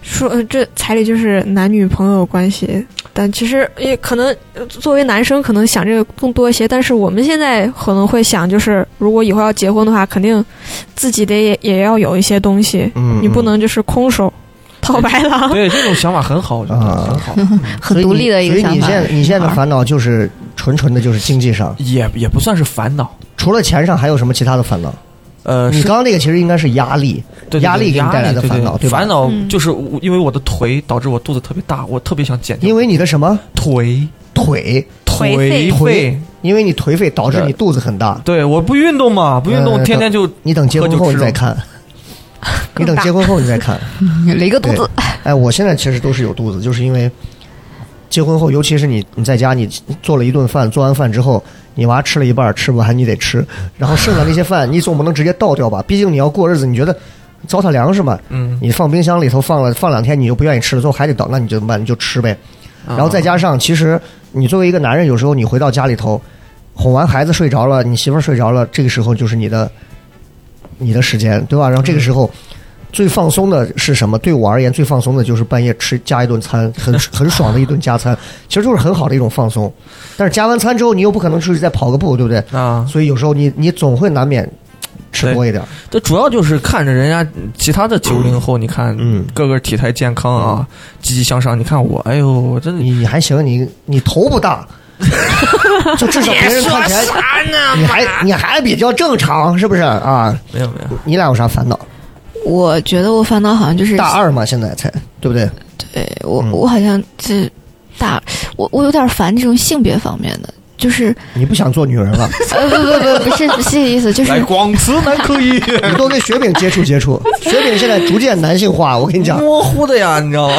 说呃这彩礼就是男女朋友关系，但其实也可能呃作为男生可能想这个更多一些，但是我们现在可能会想，就是如果以后要结婚的话，肯定自己得也也要有一些东西，嗯你不能就是空手 套白狼。 对，这种想法很好，我觉得啊很好，很独立的一个想法。所以你所以你现你现在的好烦恼就是纯纯的，就是经济上，也也不算是 烦恼。除了钱上还有什么其他的烦恼？呃，你是嗯刚刚那个其实应该是压力，对对对压力给你带来的对对烦恼对吧烦恼嗯就是我因为我的腿导致我肚子特别大，我特别想减掉。因为你的什么腿腿，颓腿废废，因为你颓废导致你肚子很大。对，我不运动嘛，不运动，呃天天就你等结婚后你再看， 你等结婚后你再看。嗯雷个肚对子，哎，我现在其实都是有肚子，就是因为结婚后，尤其是你你在家，你做了一顿饭，做完饭之后，你娃吃了一半，吃不完你得吃，然后剩下那些饭你总不能直接倒掉吧？毕竟你要过日子，你觉得糟蹋粮食嘛？嗯，你放冰箱里头放了放两天，你又不愿意吃了，最后还得等，那你就怎么办？你就吃呗。然后再加上，其实你作为一个男人，有时候你回到家里头，哄完孩子睡着了，你媳妇儿睡着了，这个时候就是你的你的时间，对吧？然后这个时候。最放松的是什么？对我而言，最放松的就是半夜吃加一顿餐，很很爽的一顿加餐，其实就是很好的一种放松。但是加完餐之后，你又不可能出去再跑个步，对不对？啊，所以有时候你你总会难免吃多一点。这主要就是看着人家其他的九零后，你看嗯，个个体态健康啊，积极向上。你看我，哎呦，我真的你你还行，你你头不 大，就至少别人看起来你还你还比较正常，是不是啊？没有没有，你俩有啥烦恼？我觉得我烦恼好像就是大二嘛，现在才对不对？对我嗯我好像这大我我有点烦这种性别方面的，就是 你不想做女人 了，呃不不不不是不是这意思，就是广慈南科医你多跟雪饼接触接触。雪饼现在逐渐男性化，我跟你讲， 模糊的呀，你知道吗？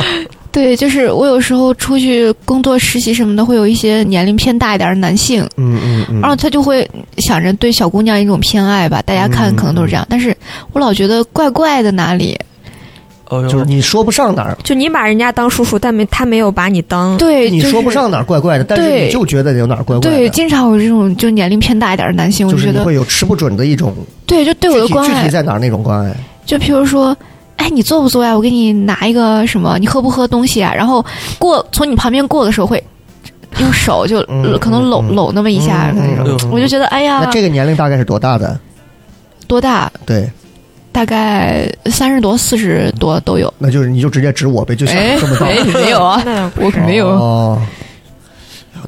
对，就是我有时候出去工作实习什么的，会有一些年龄偏大一点的男性，嗯嗯嗯，然后他就会想着对小姑娘一种偏爱吧，大家看嗯可能都是这样，但是我老觉得怪怪的哪里，哦呦，就是你说不上哪儿，就你把人家当叔叔，但没他没有把你当对，嗯你就是说不上哪儿怪怪的，但是对你就觉得有哪儿怪怪对，的，经常有这种就年龄偏大一点的男性，我就就是觉你得会有吃不准的一种对，就对我具的体关具体爱，在哪儿那种关爱。就譬如说，哎，你做不做呀？我给你拿一个什么，你喝不喝东西啊？然后过从你旁边过的时候会用手就、嗯嗯可能搂、嗯搂那么一下嗯那种，嗯嗯我就觉得哎呀那，这个年龄大概是多大的？多大？对，大概三十多、四十多都有。那就是你就直接指我呗，就想哎这么大。哎，没有 啊，那我可 没有。哦。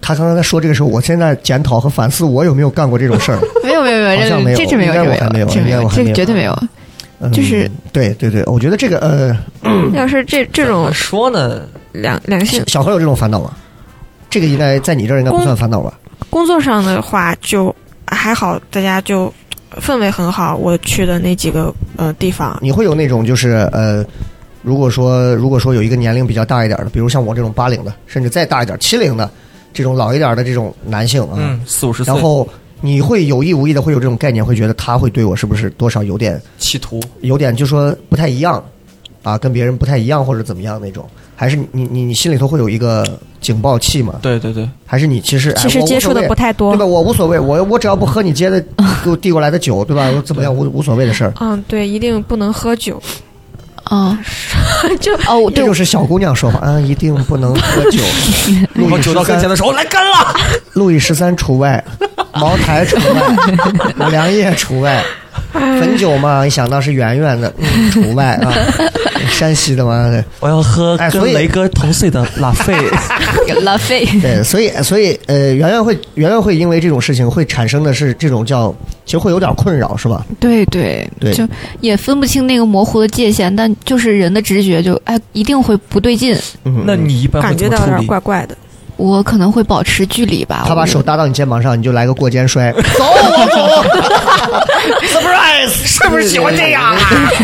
他刚刚在说这个时候，我现在检讨和反思，我有没有干过这种 事儿？没有没有没好像没有，有这这没有，应该这我没还没有有，这没应该我有，还这没有绝对没有。嗯就是对对对，我觉得这个呃，要是这这怎种么说呢？两两性小小何有这种烦恼吗？这个应该在你这儿应该不算烦恼吧？工作上的话就还好，大家就氛围很好。我去的那几个呃地方，你会有那种就是呃，如果说如果说有一个年龄比较大一点的，比如像我这种八零的，甚至再大一点七零的，这种老一点的这种男性啊，嗯，四五十岁然，后你会有意无意的会有这种概念，会觉得他会对我是不是多少有点企图有点就说不太一样，啊，跟别人不太一样或者怎么样那种，还是你你你心里头会有一个警报器嘛？对对对，还是你其实哎其实我无接触所的谓不太多对。吧？我无所谓，我我只要不喝你 接的给我递过来的酒，对吧？我怎么样无无所谓的事儿。嗯，对，一定不能喝酒。 嗯，就哦，这对就，是小姑娘说话啊，一定不能喝 酒。路我易酒十到跟前三，的时候，来干了，路易十三除外，茅台除外， 五粮液除外，汾酒嘛，一想到是圆圆的，嗯，除外 啊，山西的嘛，我要喝哎所以哥同岁的拉 菲。拉菲， 对，所以所以呃，圆圆会圆圆会因为这种事情会产生的是这种叫，其实会有点困扰，是吧？ 对对对就也分不清那个模糊的界限，但就是人的直觉就哎，一定会不对劲。嗯，那你一般会感觉怎么到有处点理？怪怪的。我可能会保持距离吧。他把我手搭到你肩膀上，你就来个过肩摔， 走我走，surprise，是 不是喜欢这样啊？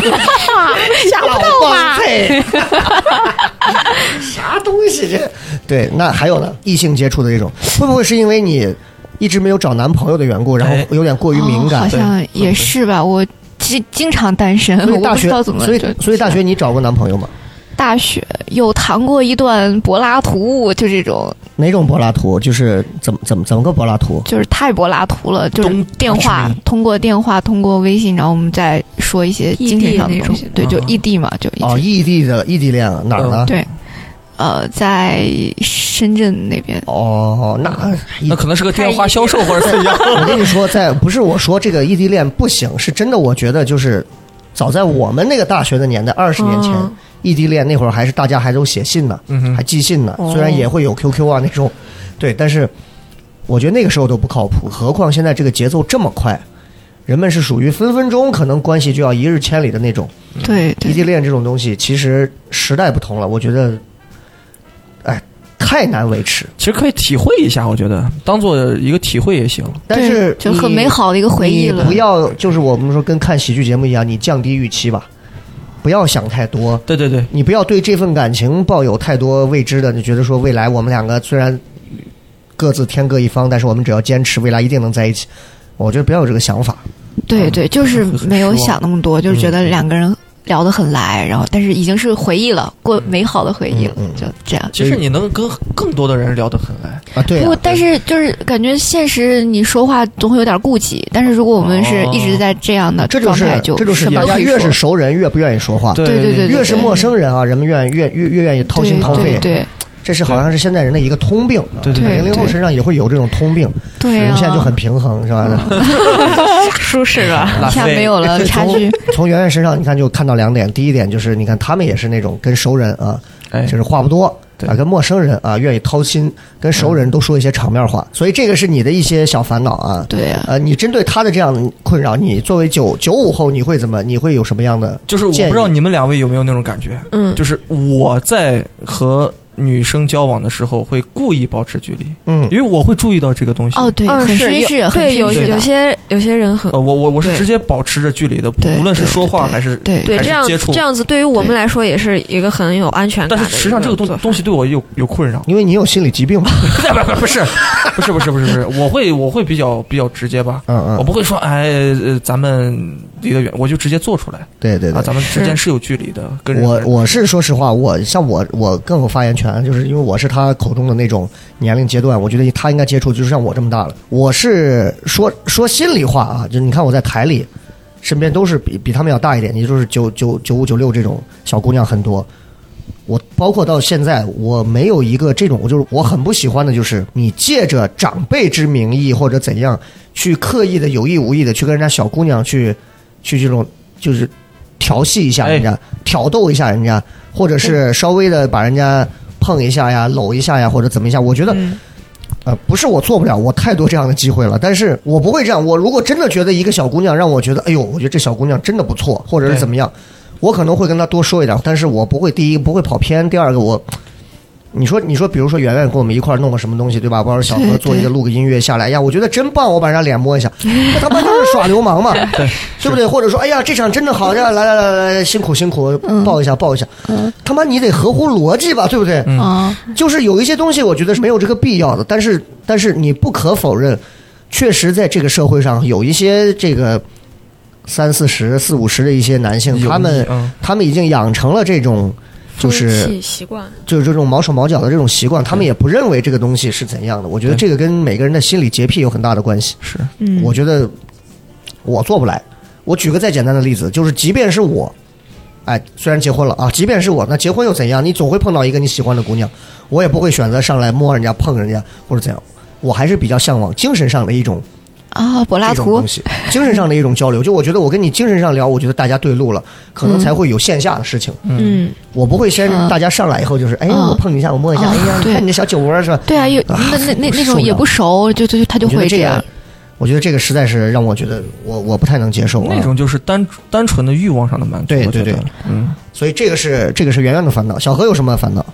吓我蹦 脆，啥东西这？对，那还有呢，异性接触的这种，会不会是因为你一直没有找男朋友的缘故，然哎后有点过于敏哦好感？像也是吧。我经经常单身，所我以大不知学道，怎么所以就所以大学你找过男朋友吗？大学有谈过一段柏拉图，就这种，哪种柏拉图？就是怎么怎么怎么个柏拉图？就是太柏拉图了，就东是电东话市民通过电话通过微信，然后我们再说一些精神上的东西，对，就啊异地嘛，就一直、哦，异地的异地恋啊哪儿呢？对，呃，在深圳那边，哦，那异那可能是个电话销售或者怎么样？我跟你说，在不是我说这个异地恋不行，是真的，我觉得就是。早在我们那个大学的年代，二十年前，哦异地恋那会儿还是大家还都写信呢，嗯哼还寄信呢。哦虽然也会有 QQ 啊那种，对，但是我觉得那个时候都不靠谱，何况现在这个节奏这么快，人们是属于分分钟可能关系就要一日千里的那种。对异对地恋这种东西，其实时代不同了，我觉得，哎，太难维持。 其实可以体会一下，我觉得当做一个体会也行。但对是就很你美好的一个回忆了你不。要就是我们说跟看喜剧节目一样，你降低预期吧，不要想太多，对对对，你不要对这份感情抱有太多未知的，你觉得说未来我们两个虽然各自天各一方，但是我们只要坚持，未来一定能在一起。我觉得不要有这个想法，对啊对，就是没有想那么多，就是觉得嗯两个人聊得很来，然后但是已经是回忆了，过美好的回忆了嗯嗯，就这样。其实你能跟更多的人聊得很来。啊，对啊不，但是就是感觉现实你说话总会有点顾忌，但是如果我们是哦一直在这样的这就状是态，这就是什么人都家可以越说是。熟人越不愿意说话，对对对对对越是陌生人啊，人们愿越越越愿意掏心掏对肺，对这是好像是现在人的一个通病啊。对对对零零后对身上也会有这种通病，对人啊！们现在就很平衡，是吧？嗯舒适了，一下没有了差距， 从圆圆身上，你看就看到两点。第一点就是，你看他们也是那种跟熟人啊，哎就是话不多对嗯啊，跟陌生人啊愿意掏心，跟熟人都说一些场面话。所以这个是你的一些小烦恼啊。对啊呃，你针对他的这样的困扰，你作为九九五后，你会怎么？你会有什么样的？就是我不知道你们两位有没有那种感觉，嗯，就是我在和女生交往的时候会故意保持距离，嗯，因为我会注意到这个东西。哦，对，嗯，很是绅有士，很对，有绅士有的些有些人很呃，我我我是对直接保持着距离的，对无论是对说话对还是对对还这是样接触这。样子，对于我们对来说也是一个很有安全但感的是实际一做法。上这个东东西对我有有困扰 因为你有心理疾病嘛。不是不是不是不是不是，我会我会比较比较直接吧，嗯我嗯，不会说哎呃咱们离得远，我就直接做出来对对啊，对。咱们之间是有距离的，跟人我我是说实话，我像我我更有发言权，就是因为我是他口中的那种年龄阶段，我觉得他应该接触就是像我这么大了。我是说说心里话啊，就你看我在台里，身边都是比比他们要大一点，也就是九九九五九六这种小姑娘很多。我包括到现在，我没有一个这种，我就是我很不喜欢的，就是你借着长辈之名义或者怎样去刻意的有意无意的去跟人家小姑娘去去这种就是调戏一下人家，挑逗一下人家，或者是稍微的把人家碰一下呀、搂一下呀，或者怎么一下。我觉得，嗯呃，不是我做不了，我太多这样的机会了，但是我不会这样。我如果真的觉得一个小姑娘让我觉得，哎呦，我觉得这小姑娘真的不错，或者是对怎么样，我可能会跟她多说一点，但是我不会，第一不会跑偏，第二个我。你说，你说，比如说圆圆跟我们一块儿弄个什么东西，对吧？包括小何做一个录个音乐下来，哎呀，我觉得真棒，我把人家脸摸一下，那他不就是耍流氓嘛？ 对对不对？或者说，哎呀，这场真的好呀，来来来来来，辛苦辛苦，抱一下抱一下。他妈，你得合乎逻辑吧，对不对？嗯啊，就是有一些东西，我觉得是没有这个必要的。但是，但是你不可否认，确实在这个社会上有一些这个三四十、四五十的一些男性，油他们腻嗯他们已经养成了这种就是风气习惯，就是这种毛手毛脚的这种习惯，他们也不认为这个东西是怎样的。我觉得对这个跟每个人的心理洁癖有很大的关系。是嗯，我觉得我做不来。我举个再简单的例子，就是即便是我，哎，虽然结婚了啊，即便是我，那结婚又怎样？你总会碰到一个你喜欢的姑娘，我也不会选择上来摸人家、碰人家或者怎样。我还是比较向往精神上的一种啊，柏拉这种图东，西，精神上的一种交流。就我觉得我跟你精神上聊，我觉得大家对路了，可能才会有线下的事情。嗯，我不会先嗯大家上来以后就是，哎，嗯我碰你一下，我摸一下，嗯哎呀，你对看你这小酒窝儿是吧？对啊，有啊那那那那受不种了也不熟，就就就他就我觉得会这样个。，我觉得这个实在是让我觉得我我不太能接受啊。那种就是单单纯的欲望上的满足。对我对觉得对，嗯，所以这个是这个是圆圆的烦恼。小何有什么烦恼？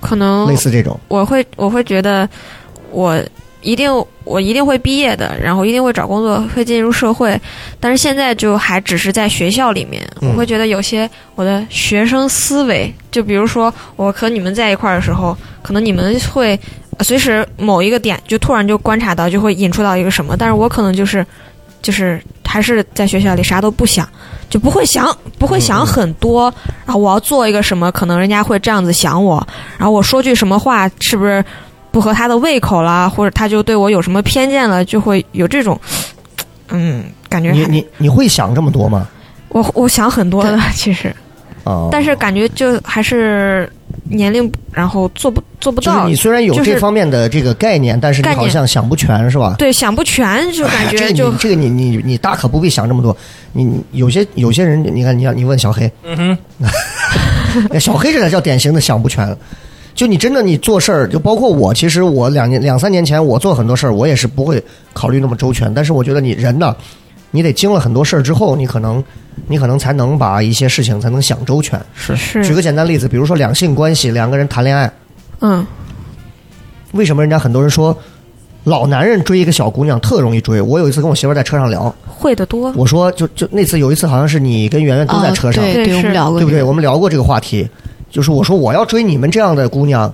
可能类似这种，我会我会觉得我一定我一定会毕业的，然后一定会找工作，会进入社会。但是现在就还只是在学校里面，嗯我会觉得有些我的学生思维，就比如说我和你们在一块儿的时候，可能你们会呃随时某一个点就突然就观察到，就会引出到一个什么，但是我可能就是就是还是在学校里啥都不想。就不会想，不会嗯想很多。然后我要做一个什么，可能人家会这样子想我。然后我说句什么话，是不是不合他的胃口啦？或者他就对我有什么偏见了，就会有这种，嗯，感觉你还你你会想这么多吗？我我想很多的其实，啊、但是感觉就还是年龄，然后做不做不就是到你。虽然有就是这方面的这个概念，但是你概念好像想不全，是吧？对，想不全就感哎这个觉就你这个你你你大可不必想这么多。你你有些有些人，你看你看你问小 黑，哎嗯小黑这才叫典型的想不全。就你真的你做事儿，就包括我，其实我两年两三年前我做很多事儿，我也是不会考虑那么周全。但是我觉得你人呢，你得经了很多事儿之后，你可能你可能才能把一些事情才能想周全。是举是个简单例子，比如说两性关系，两个人谈恋爱，嗯为什么人家很多人说老男人追一个小姑娘特容易追？我有一次跟我媳妇儿在车上聊，会的多，我说就就那次有一次好像是你跟圆圆都在车上，啊对对对，我是们聊过对不这对？个我们聊过这个话题，就是我说我要追你们这样的姑娘，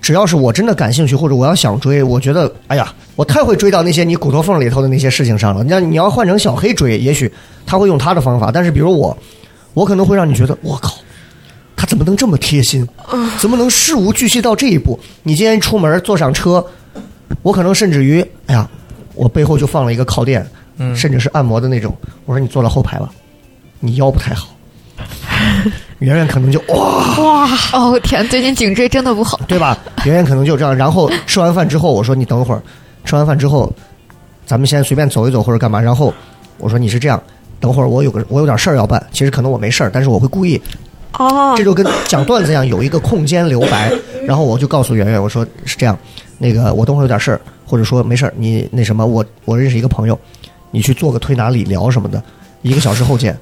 只要是我真的感兴趣或者我要想追，我觉得哎呀，我太会追到那些你骨头缝里头的那些事情上了。那你要换成小黑追，也许他会用他的方法，但是比如我，我可能会让你觉得我靠。他怎么能这么贴心？怎么能事无巨细到这一步？你今天出门坐上车，我可能甚至于，哎呀，我背后就放了一个靠垫，嗯，甚至是按摩的那种。我说你坐到后排吧，你腰不太好。 圆圆可能就哇，哦天，最近颈椎真的不好。对吧？圆圆可能就这样。然后吃完饭之后，我说你等会儿，吃完饭之后，咱们先随便走一走或者干嘛。然后我说你是这样，等会儿我有个我有点事儿要办。其实可能我没事儿，但是我会故意，哦这就跟讲段子一样，有一个空间留白。然后我就告诉圆圆，我说是这样，那个我等会儿有点事儿，或者说没事儿，你那什么，我我认识一个朋友，你去做个推拿理疗什么的，一个小时后见。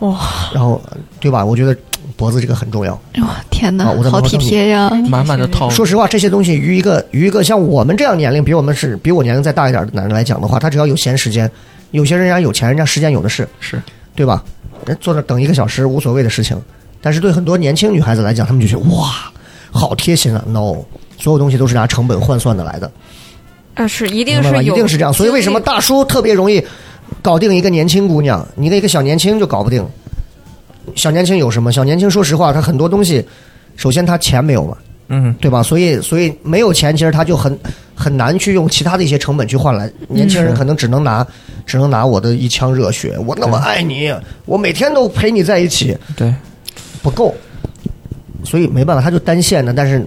哇，然后对吧？我觉得脖子这个很重要。哇天哪啊我，在好忙体贴呀！满满的套路。说实话，这些东西于一个于一个像我们这样年龄，比我们是比我年龄再大一点的男人来讲的话，他只要有闲时间，有些人家有钱，人家时间有的是，是对吧？人坐那等一个小时无所谓的事情，但是对很多年轻女孩子来讲，她们就觉得哇，好贴心啊！No，所有东西都是拿成本换算的来的，呃，是明一定白吧？是一有，定是这样。所以为什么大叔特别容易搞定一个年轻姑娘，你那个小年轻就搞不定？小年轻有什么？小年轻说实话，他很多东西，首先他钱没有嘛，嗯，对吧？所以所以没有钱，其实他就很很难去用其他的一些成本去换来。年轻嗯人可能只能拿、只能拿我的一腔热血，我那么爱你，我每天都陪你在一起，对，不够，所以没办法，他就单线的。但是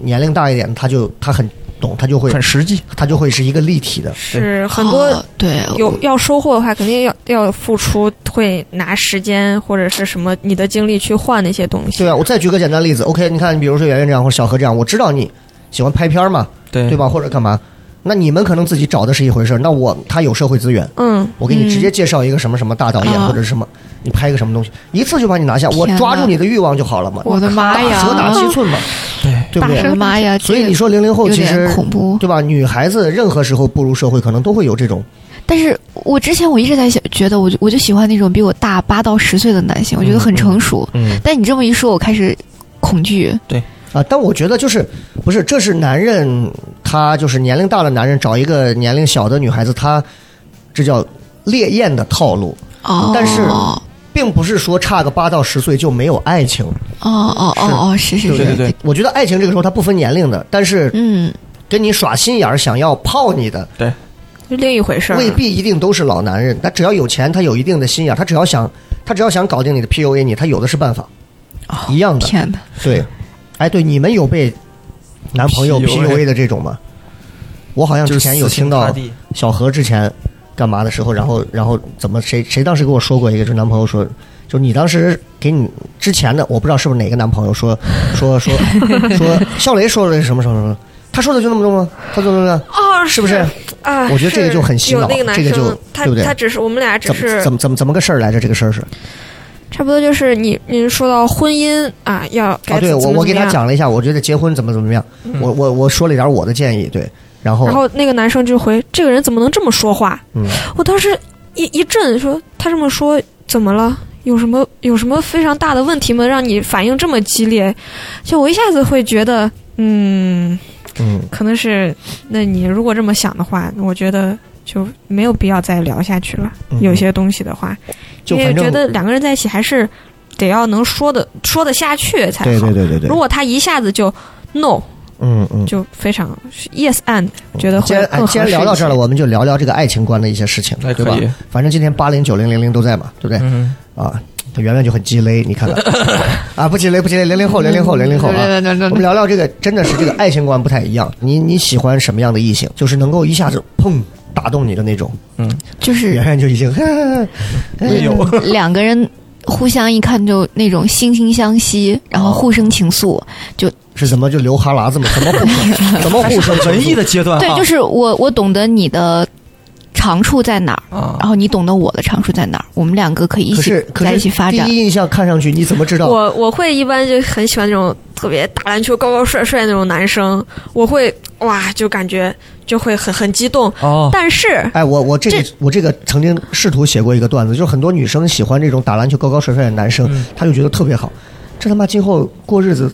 年龄大一点，他就他很懂，他就会很实际。他就会是一个立体的。是很多啊哦对有要收获的话，肯定要要付出，会拿时间或者是什么你的精力去换那些东西。对啊，我再举个简单例子，OK，你看，比如说圆圆这样或者小何这样，我知道你喜欢拍片儿嘛，对对？吧？或者干嘛？那你们可能自己找的是一回事儿，那我他有社会资源，嗯，我给你直接介绍一个什么什么大导演啊或者是什么，你拍一个什么东西，一次就把你拿下，我天哪抓住你的欲望就好了嘛。我的妈大呀！蛇打七寸嘛，对，对不我对？的妈呀！所以这个你说零零后有其点实恐怖。对吧？女孩子任何时候步入社会，可能都会有这种但是我之前我一直在想，觉得我就我就喜欢那种比我大八到十岁的男性，我觉得很成熟。嗯，但你这么一说，我开始恐惧。啊。但我觉得就是不是，这是男人他就是年龄大的男人找一个年龄小的女孩子，他这叫烈焰的套路。哦，但是哦并不是说差个八到十岁就没有爱情，哦哦哦，是是对不是，对对对我觉得爱情这个时候它不分年龄的，但是嗯，跟你耍心眼儿想要泡你的，就另一回事儿。未必一定都是老男人。他只要有钱，他有一定的心眼儿，他只要想，他只要想搞定你的 PUA 你，他有的是办法。哦一样的天哪，对，哎，对，你们有被男朋友 PUA PUA 的这种吗？我好像就之是前有死心听塌到地小何之前干嘛的时候，然后然后怎么谁谁当时给我说过一个，就是男朋友说，就是你当时给你之前的，我不知道是不是哪个男朋友说 说说说笑雷说了什么什么什么，他说的就那么重吗？他说的哦，是不是？啊，我觉得这个是就很洗有脑那个男这个就生，他对不对他只是我们俩只怎么是怎么怎么怎么个事儿来着？这个事儿是差不多就是你您说到婚姻啊，要啊，该怎对么我怎么我给他样，讲了一下，我觉得结婚怎么怎么样，嗯我我我说了一点我的建议，对，然后然后那个男生就回：“这个人怎么能这么说话嗯，？”我当时一一震，说他这么说怎么了？有什么有什么非常大的问题吗？让你反应这么激烈？就我一下子会觉得，嗯，嗯，可能是那你如果这么想的话，我觉得就没有必要再聊下去了。嗯有些东西的话，就因为反正觉得两个人在一起还是得要能说的说得下去才好。对对对对对如，果他一下子就 no，嗯嗯。就非常 yes and，觉得既会然哎更合适一些。既然聊到这儿了，我们就聊聊这个爱情观的一些事情，哎对吧可以？反正今天八零九零零零都在嘛，对不对？嗯，啊，圆圆就很鸡肋，你 看看啊，不鸡肋不鸡肋，零零后零零后零零后啊。嗯对对对我们聊聊这个，真的是这个爱情观不太一样。你你喜欢什么样的异性？就是能够一下子砰打动你的那种。就是圆圆就已经， 没有，两个人互相一看就那种惺惺相惜，然后互生情愫。哦是怎么就流哈喇子嘛？怎么互 怎么互生情愫文艺的阶段对，哈就是我我懂得你的长处在哪儿，啊然后你懂得我的长处在哪儿，我们两个可以一可起是可在是一起发展第。一印象看上去你怎么知道？我我会一般就很喜欢那种特别打篮球高高帅帅那种男生，我会哇就感觉就会很很激动。哦，但是哎，我我这个我这个曾经试图写过一个段子，就是很多女生喜欢这种打篮球高高帅帅的男生，嗯她就觉得特别好。这他妈今后过日子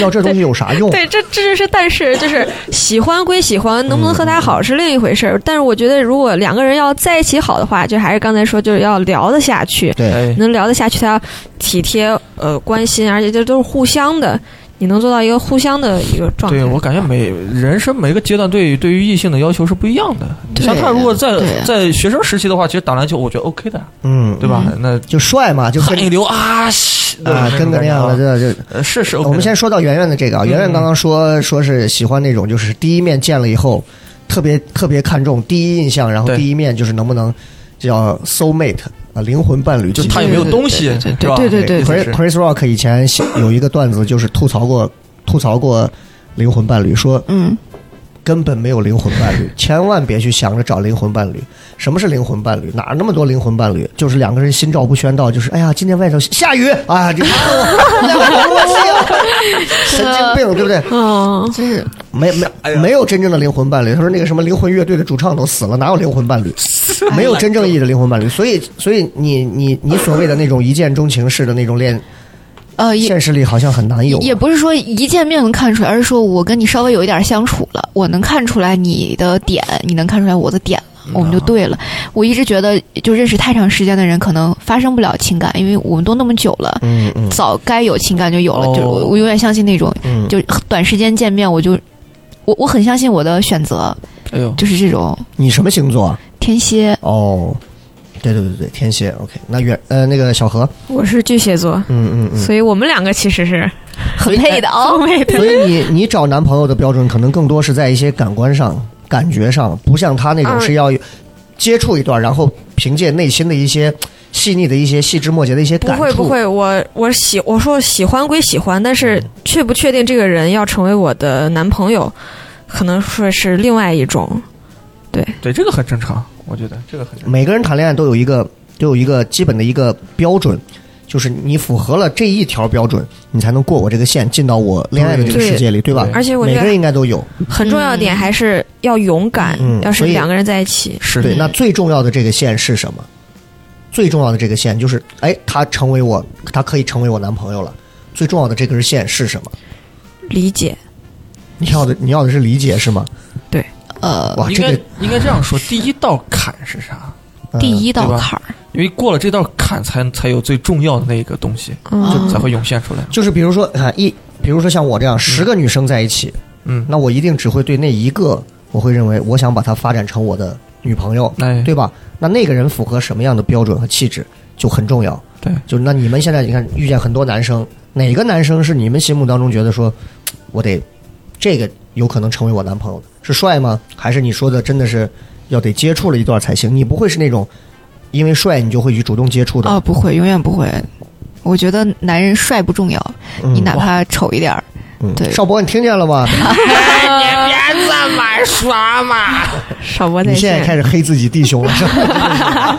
要这东西有啥用？ 对，这这就是但是就是喜欢归喜欢，能不能和他好是另一回事儿。但是我觉得，如果两个人要在一起好的话，就还是刚才说，就是要聊得下去，对，哎，能聊得下去，他要体贴呃关心，而且这都是互相的，你能做到一个互相的一个状态。对我感觉每人生每个阶段对对于异性的要求是不一样的。你像他如果在对在学生时期的话，其实打篮球我觉得 OK 的，嗯，对吧？那就帅嘛，就汗跟一流啊，是啊跟个那样的，这这。呃是是 OK 的。我们先说到圆圆的这个啊，圆圆嗯刚刚说说是喜欢那种，就是第一面见了以后，特别特别看重第一印象，然后对第一面就是能不能叫 soul mate 啊，灵魂伴侣，就其他实有没有东西对对对是吧？对对对对 Chris 对 Chris Rock 以前写有一个段子，就是吐槽过吐槽过灵魂伴侣，说嗯，根本没有灵魂伴侣，千万别去想着找灵魂伴侣。什么是灵魂伴侣？哪儿那么多灵魂伴侣？就是两个人心照不宣道，就是哎呀，今天外头下雨啊，这神经病，对不对？嗯，就是没没没有真正的灵魂伴侣。他说那个什么灵魂乐队的主唱都死了，哪有灵魂伴侣？没有真正意义的灵魂伴侣。所以所以你你你所谓的那种一见钟情式的那种恋呃，也现实里好像很难有啊，也不是说一见面能看出来，而是说我跟你稍微有一点相处了，我能看出来你的点，你能看出来我的点，嗯我啊啊们就对了。我一直觉得，就认识太长时间的人，可能发生不了情感，因为我们都那么久了，嗯嗯早该有情感就有了。哦就是我我永远相信那种，嗯，就短时间见面，我就我我很相信我的选择，哎呦，就是这种你什么星座啊？天蝎。哦，对对对对，天蝎。OK，那远呃那个小何，我是巨蟹座，嗯嗯嗯，所以我们两个其实是很配的哦，所以你你 找男朋友的标准可能更多是在一些感官上、感觉上，不像他那种嗯是要接触一段，然后凭借内心的一些细腻的一些细枝末节的一些不感触，会不会，我我喜我说喜欢归喜欢，但是嗯确不确定这个人要成为我的男朋友，可能说是另外一种。对这个很正常，我觉得这个很正常。每个人谈恋爱都有一个都有一个基本的一个标准。就是你符合了这一条标准，你才能过我这个线，进到我恋爱的这个对世界里，对吧？对而且我觉每个人得应该都有。很重要的点还是要勇敢，嗯要是所以两个人在一起，是对，那最重要的这个线是什么？最重要的这个线就是，哎，他成为我，他可以成为我男朋友了。最重要的这根线是什么？理解。你要的你要的是理解是吗？呃，哇，应啊这该个、应该这样说，第一道坎是啥？嗯第一道对吧坎儿，因为过了这道坎才才有最重要的那个东西嗯才会涌现出来。就是比如说啊一，比如说像我嗯这样十个女生在一起，嗯，那我一定只会对那一个，我会认为我想把她发展成我的女朋友，哎，对吧？那那个人符合什么样的标准和气质就很重要。对，就那你们现在你看遇见很多男生，哪个男生是你们心目当中觉得说，我得这个有可能成为我男朋友的？是帅吗？还是你说的真的是要得接触了一段才行？你不会是那种因为帅你就会去主动接触的？啊，不会，永远不会。我觉得男人帅不重要，嗯你哪怕丑一点儿，嗯对少博，你听见了 吗？ 少博在你现在开线，始黑自己弟兄 了，是吧？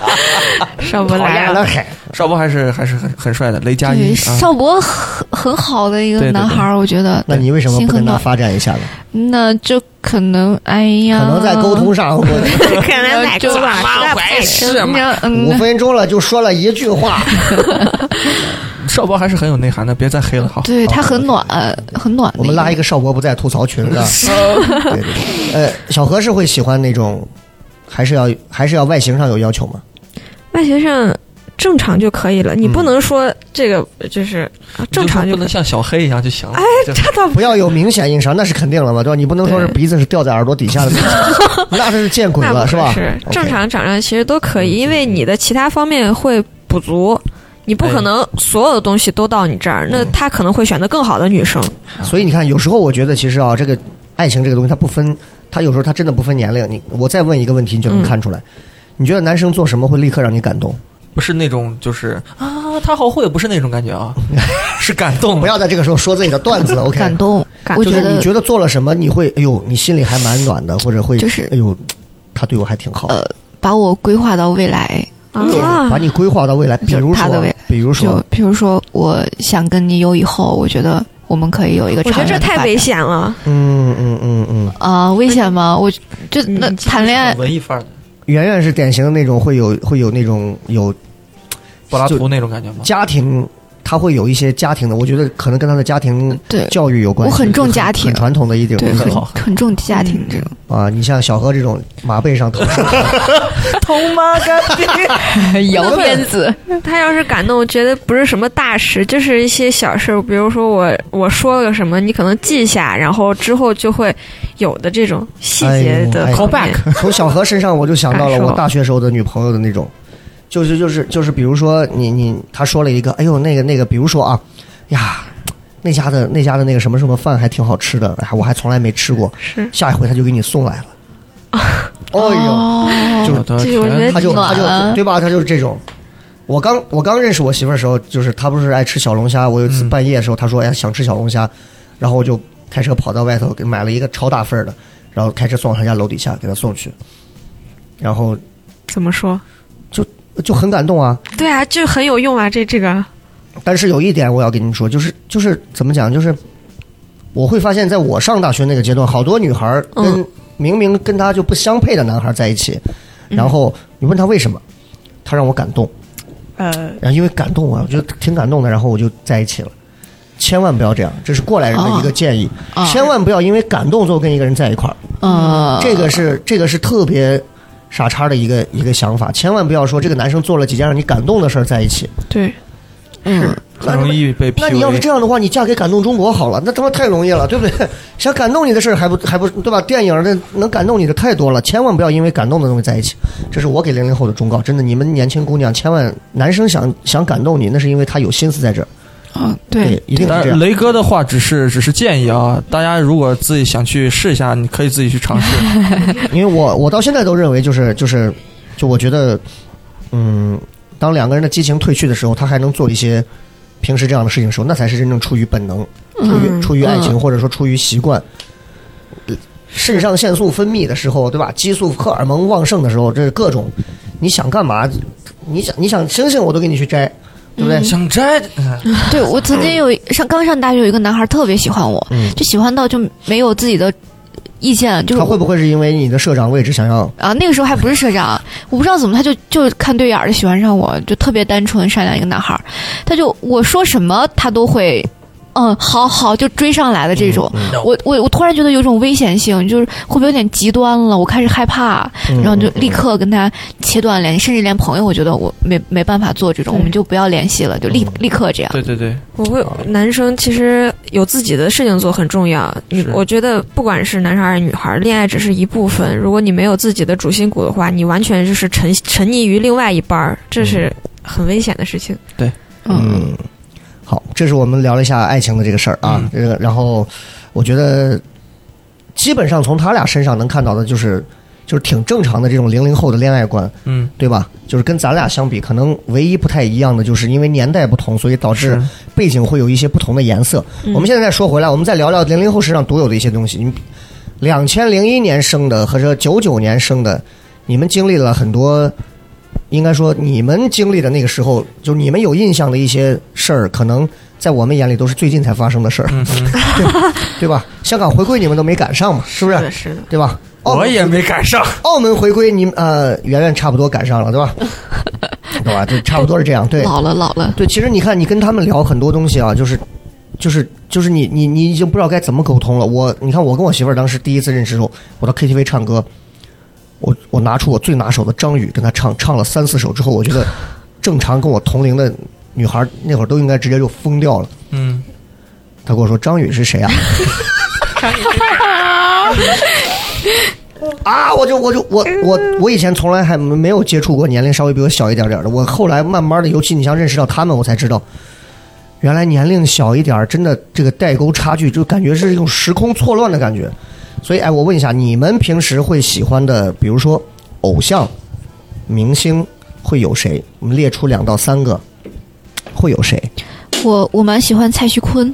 少博讨来厌了，了，嘿，少博还是还是很很帅的，雷佳对，音啊，邵博很很好的一对个对男孩儿，我觉得。那你为什么心不跟很他暖？发展一下呢？那就可能，哎可呀，能在沟通嗯上，我 可能奶就哥吧，实啊在不太深。你知道五嗯，分钟了就说了一句话，少博还是很有内涵的，别再黑了哈。对他很暖，很暖的。我们拉一个少博不在吐槽群啊 的。对对对，呃，小何是会喜欢那种，还是要还是要外形上有要求吗？外形上正常就可以了，你不嗯能说这个就是啊正常你就说不就可能以。像小黑一样就行哎了。就 他倒不要有明显硬伤，那是肯定了嘛，对吧？你不能说是对鼻子是掉在耳朵底 下的那种，那这是见鬼那了，不是吧？是 OK 嗯正。常长相其实都可以，因为你的其他方面会补足。你不可能所有的东西都到你这哎儿，那他可能会选择更好的女生。啊所以你看，有时候我觉得其实啊，这个爱情这个东西，它不分，它有时候它真的不分年龄。你我再问一个问题，你就能嗯看出来。你觉得男生做什么会立刻让你感动？不是那种就是啊，他好会，不是那种感 觉啊，是感动。不要在这个时候说自己的段 子，OK？感动，感我就觉是得你觉得做了什么，你会哎呦，你心里还蛮暖的，或者会就是哎呦，他对我还挺好。呃把我规划到未来，啊把你规划到未来，比如啊就是他的未说来，比如就说，比如说我想跟你有以后，我觉得我们可以有一个我觉长得这远的太发危展险了。嗯嗯嗯嗯，啊，危险吗？我就嗯那你继续谈恋爱很文艺范儿的圆圆是典型的那种会有会有那种有柏拉就图那种感觉吗？家庭，他会有一些家庭的，我觉得可能跟他的家庭对教育有关系。我很重就家庭很传统的一种对一种很好很重家庭这种，啊。你像小何这种马背上头上，头妈干爹， 摇鞭子，他要是敢动，我觉得不是什么大事，就是一些小事儿。比如说我我说了个什么，你可能记下，然后之后就会有的这种细节的哎呦哎呦方面。 从小何身上我就想到了感受我大学时候的女朋友的那种，就是就是就是，比如说你你他说了一个，哎呦那个那个，比如说啊呀。那家的那家的那个什么什么饭还挺好吃的，哎，我还从来没吃过。是，下一回他就给你送来了。哎哦就我的这个我觉呦，得他就暖他就啊对吧？他就是这种。我刚我刚认识我媳妇儿的时候，就是她不是爱吃小龙虾。我有一次嗯半夜的时候，她说哎呀想吃小龙虾，然后我就开车跑到外头给买了一个超大份儿的，然后开车送到她家楼底下给她送去，然后怎么说？就很感动啊。对啊，就很有用啊，这这个但是有一点我要跟你说，就是就是怎么讲，就是我会发现，在我上大学那个阶段，好多女孩儿跟、嗯明明跟她就不相配的男孩儿在一起，然后你问她为什么，她让我感动，呃，然后因为感动啊，我觉得挺感动的，然后我就在一起了。千万不要这样，这是过来人的一个建议。啊千万不要因为感动就跟一个人在一块儿，呃，这个是这个是特别傻叉的一个一个想法。千万不要说这个男生做了几件让你感动的事儿在一起，对，嗯，很容易被 PUA。那你要是这样的话，你嫁给感动中国好了，那他妈太容易了，对不对？ 想感动你的事儿还不还不对吧？电影的能感动你的太多了，千万不要因为感动的东西在一起。这是我给零零后的忠告，真的，你们年轻姑娘千万，男生想想感动你，那是因为他有心思在这儿，啊，对对，，一定但是这是样。雷哥的话只是只是建议啊，大家如果自己想去试一下，你可以自己去 尝试。因为我我到现在都认为，就是就是，就我觉得，嗯，当两个人的激情褪去的时候，他还能做一些平时这样的事情的时候，那才是真正出于本能。出于嗯出于爱情，嗯或者说出于习惯。呃肾上腺素分泌的时候，对吧？激素、荷尔蒙旺盛的时候，这是各种，你想干嘛？你想你想星星，我都给你去摘，对不对？想摘，嗯 对我曾经有一上刚上大学有一个男孩特别喜欢我，嗯就喜欢到就没有自己的意见，就是他会我不会是因为你的社长位置想要？啊那个时候还不是社长，我不知道怎么他就就看对眼儿就喜欢上我，就特别单纯善良一个男孩儿，他就我说什么他都会嗯，好好就追上来的这种，嗯我我我突然觉得有一种危险性，就是会不会有点极端了？我开始害怕，嗯然后就立刻跟他切断联系，甚至连朋友，我觉得我没没办法做这种，对我们就不要联系了，就立嗯立刻这样。对对对，我会男生其实有自己的事情做很重要。你是我觉得不管是男生还是女孩，恋爱只是一部分。如果你没有自己的主心骨的话，你完全就是沉沉溺于另外一半儿，这是很危险的事情。嗯，嗯，好，这是我们聊了一下爱情的这个事儿啊，这个然后我觉得基本上从他俩身上能看到的就是。就是挺正常的这种零零后的恋爱观，嗯，对吧？就是跟咱俩相比，可能唯一不太一样的，就是因为年代不同，所以导致背景会有一些不同的颜色。我们现在再说回来，我们再聊聊零零后身上独有的一些东西。你两千零一年生的和这九九年生的，你们经历了很多，应该说你们经历的那个时候，就你们有印象的一些事儿，可能在我们眼里都是最近才发生的事儿， 嗯嗯，对吧？香港回归你们都没赶上嘛，是不是的，是？是的。对吧？澳门我也没赶上，澳门回归你们呃，圆圆差不多赶上了，对吧？对吧？就差不多是这样，对。老了老了，对，其实你看，你跟他们聊很多东西啊，就是，就是，就是你你你已经不知道该怎么沟通了。我，你看，我跟我媳妇儿当时第一次认识的时候，我到 KTV 唱歌，我我拿出我最拿手的张宇跟她唱，唱了三四首之后，我觉得正常跟我同龄的女孩儿那会儿都应该直接就疯掉了。嗯，她跟我说：“张宇是谁啊？” 啊！我就我就我我我以前从来还没有接触过年龄稍微比我小一点点的，我后来慢慢的，尤其你像认识到他们，我才知道，原来年龄小一点儿，真的这个代沟差距，就感觉是一种时空错乱的感觉。所以，哎，我问一下，你们平时会喜欢的，比如说偶像、明星，会有谁？我们列出两到三个，会有谁？我我蛮喜欢蔡徐坤，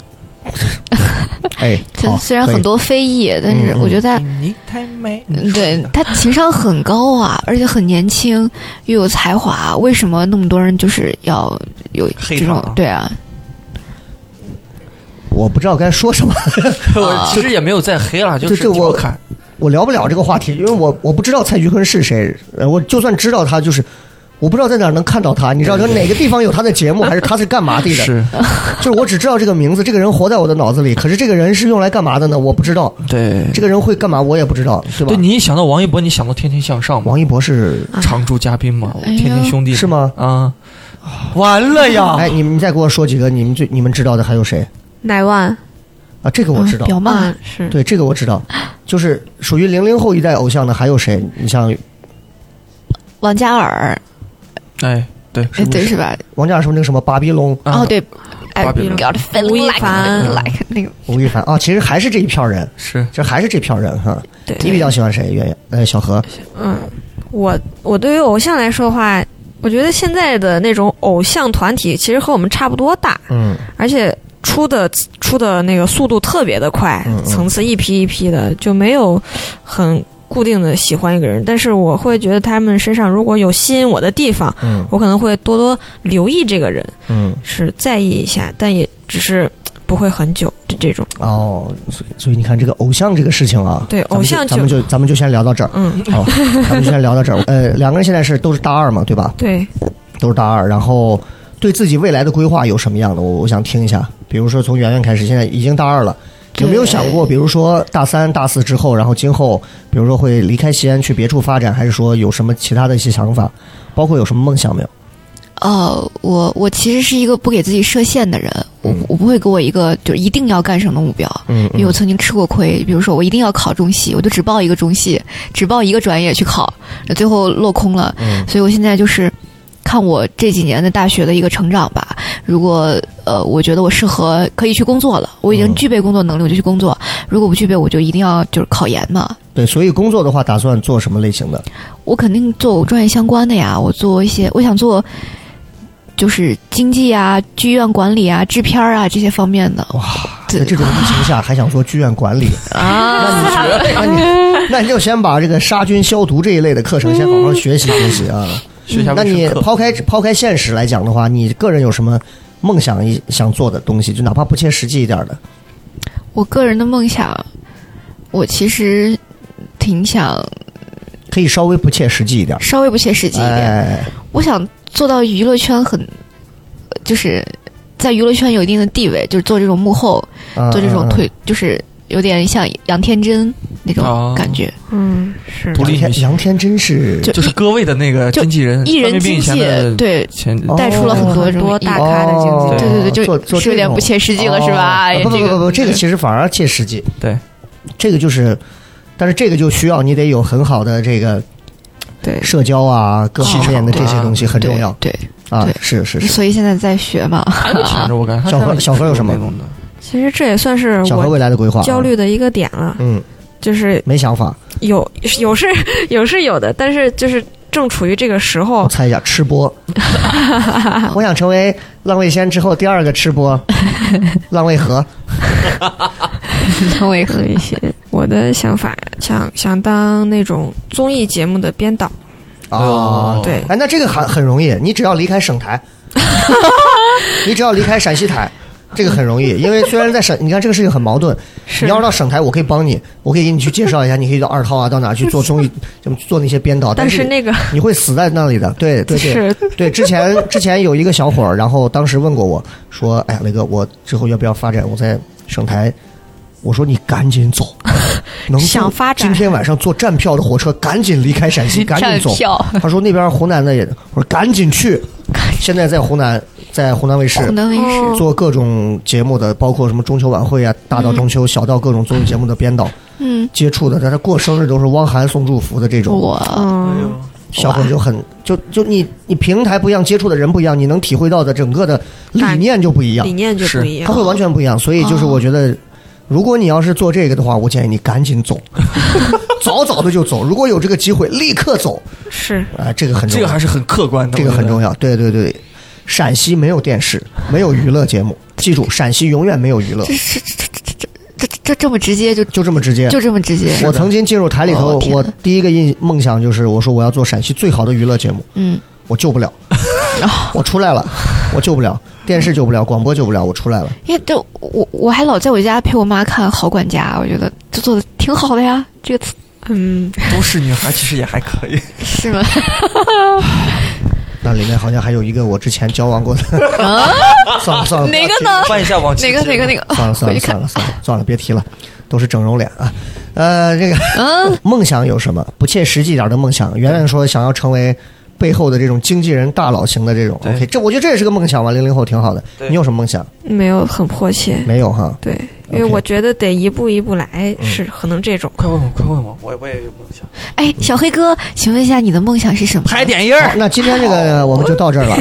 哎，他好虽然很，多非议，但是嗯我觉得他。你太 美，嗯对他情商很高啊，而且很年轻，又有才华。为什么那么多人就是要有黑这种他？对啊，可以我不知道该说什么。 我其实也没有在黑了，就这是这我调侃，我聊不了这个话题，因为我我不知道蔡徐坤是谁，呃我就算知道他，就是我不知道在哪儿能看到他，你知道，就哪个地方有他的节目，还是他是干嘛的？是就是我只知道这个名字，这个人活在我的脑子里，可是这个人是用来干嘛的呢？我不知道，嗯对。这个人会干嘛我也不知道，对吧嗯对？你一想到王一博，你想到《天天向上》吗？王一博是常驻嘉宾嘛，啊哎呦天天兄弟是吗？啊，完了呀！哎，你们再给我说几个你们最你们知道的还有谁奶万啊？这个我知嗯道，表啊妈，，是对，这个我知道，就是属于零零后一代偶像的还有谁？你像王嘉尔，哎，对，哎对是吧？王嘉尔什么那个什么芭比龙、啊哦，对，哎芭比 you 伦 got feel 吴亦 like 嗯凡 like 那个吴亦凡啊，其实还是这一票人，是这还是这票人哈。对，你比较喜欢谁？圆圆，呃，小何，嗯，我我对于偶像来说的话，我觉得现在的那种偶像团体其实和我们差不多大，嗯，而且出的出的那个速度特别的快，嗯嗯层次一批一批的，就没有很固定的喜欢一个人。但是我会觉得他们身上如果有吸引我的地方，嗯我可能会多多留意这个人，嗯，是在意一下，但也只是不会很久这这种。哦，所以所以你看这个偶像这个事情啊，对咱们偶像就咱们就咱们就先聊到这 儿，嗯，好，咱们就先聊到这儿。呃，两个人现在是都是大二嘛，对吧？对，都是大二，然后对自己未来的规划有什么样的？我我想听一下，比如说从圆圆开始，现在已经大二了。有没有想过，比如说大三、大四之后，然后今后，比如说会离开西安去别处发展，还是说有什么其他的一些想法，包括有什么梦想没有？呃，我我其实是一个不给自己设限的人，我我不会给我一个就是一定要干什么目标，嗯因为我曾经吃过亏，比如说我一定要考中戏，我就只报一个中戏，只报一个专业去考，最后落空了，嗯所以我现在就是看我这几年的大学的一个成长吧。如果呃，我觉得我适合可以去工作了，我已经嗯具备工作能力，我就去工作；如果不具备，我就一定要就是考研嘛。对，所以工作的话，打算做什么类型的？我肯定做我专业相关的呀，我做一些，我想做就是经济啊、剧院管理啊、制片儿啊这些方面的。哇，对在这种疫情下还想做剧院管理，啊， 那你那你就先把这个杀菌消毒这一类的课程先好好学习学习啊。学一下那卫你生课抛开抛开现实来讲的话，你个人有什么梦想一想做的东西，就哪怕不切实际一点的？我个人的梦想，我其实挺想可以稍微不切实际一点。稍微不切实际一点，哎，我想做到娱乐圈很，呃就是在娱乐圈有一定的地位，就是做这种幕后，啊做这种啊啊推，就是有点像杨天真那哦种感觉，嗯，是独杨立女天性杨天真是就就是一各位的那个就经纪人，艺范人冰经冰以前济，的对前带出了很多这很种多艺大咖的经纪哦对对对，做就做是有点这种不切实际了，是吧？哦也不不这不不个嗯不，这个其实反而切实际。对，这个就是，但是这个就需要你得有很好的这个对社交啊，各方面的这些东西很重要对，啊对。是是是，所以现在在学 嘛，啊还有潜质，我感觉小何小何有什么那种的？其实这也算是小何我未来的规划啊焦，虑的一个点了，嗯，就是没想法。有 有是有是有的，但是就是正处于这个时候我，猜一下，吃 播。我想成为浪味仙之后第二个吃播，浪味河。成为有一些我的想法，想想当那种综艺节目的编导，哦，对哎，那这个很很容易，你只要离开省 台，你只要离开陕西台，这个很容易，因为虽然在省，你看这个事情很矛盾。你要是到省台，我可以帮你，我可以给你去介绍一下，你可以到二套啊，到哪去做综艺，就做那些编导，但但是是那个你会死在那里的。对 对对，是对，之前之前有一个小伙儿，然后当时问过我说：“哎呀，雷哥，我之后要不要发展？我在省台。”我说：“你赶紧走，能坐想发展今天晚上坐站票的火车，赶紧离开陕西， 赶紧站走。票。”他说：“那边湖南的也……我说赶紧去。现在在湖南，在湖南卫视湖南卫视哦做各种节目的，包括什么中秋晚会啊，大嗯到中秋，小到各种综艺节目的编导嗯，接触的，他他过生日都是汪涵送祝福的这种。我哎哎嗯，小伙就很就就你你平台不一样，接触的人不一样，你能体会到的整个的理念就不一样理，念哦就是不一他样。会完全不一样。所以就是我觉得，如果你要是做这个的话，我建议你赶紧 走，早早的就走。如果有这个机会，立刻走是啊、这个很重这个要，还是很客观的，这个很重要。要。对对对，陕西没有电视，没有娱乐节目，记住，陕西永远没有娱乐这，是这这这这这这这么直接就就这么直接。就这么直接，我曾经进入台里头哦，天哪我第一个印梦想就是，我说我要做陕西最好的娱乐节目。嗯，我救 不了，哦我出来了，我救不了，电视救不了，广播救不了，我出来了。因为这我我还老在我家陪我妈看《好管家》，我觉得这做的挺好的呀，这个嗯，都市女孩其实也还可 以，是吗？那里面好像还有一个我之前交往过的， 算了算了，哦哪个呢？翻一下往期哪个哪个个？哪个？算了算回了去看算了算了算了，别提了，都是整容脸啊。呃，这个嗯， 梦想有什么不切实际点的梦想？圆圆说想要成为背后的这种经纪人大佬型的这种对，OK，这我觉得这也是个梦想嘛，零零后挺好的。对你有什么梦想？没有很迫切，没有哈。对，因为 OK 嗯我觉得得一步一步来，是可能这种。快问我，快问我，我我也有梦想，哎，小黑哥，请问一下你的梦想是什么？拍点印好，儿。那今天这个我们就到这儿了。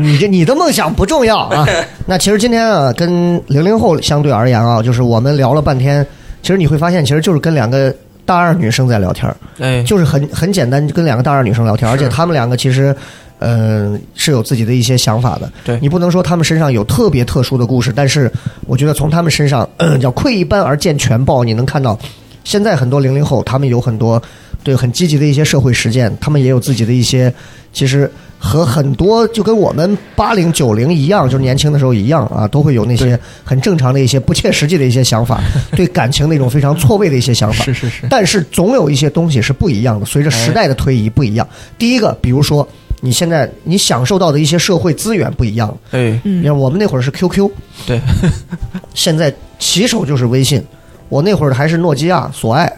你这你的梦想不重要啊。那其实今天啊，跟零零后相对而言啊，就是我们聊了半天，其实你会发现，其实就是跟两个大二女生在聊天儿，哎，就是很很简单，跟两个大二女生聊天儿，而是且她们两个其实。嗯，是有自己的一些想法的。对你不能说她们身上有特别特殊的故事，但是我觉得从她们身上，呃叫窥一斑而见全豹，你能看到现在很多零零后，他们有很多对很积极的一些社会实践，他们也有自己的一些，其实和很多就跟我们八零九零一样，就是年轻的时候一样啊，都会有那些很正常的一些不切实际的一些想法，对感情的一种非常错位的一些想法。是是是，但是总有一些东西是不一样的，随着时代的推移不一样。第一个，比如说你现在你享受到的一些社会资源不一样了，哎，你看我们那会儿是 QQ，对， 现在起手就是微信，我那会儿还是诺基亚、索爱，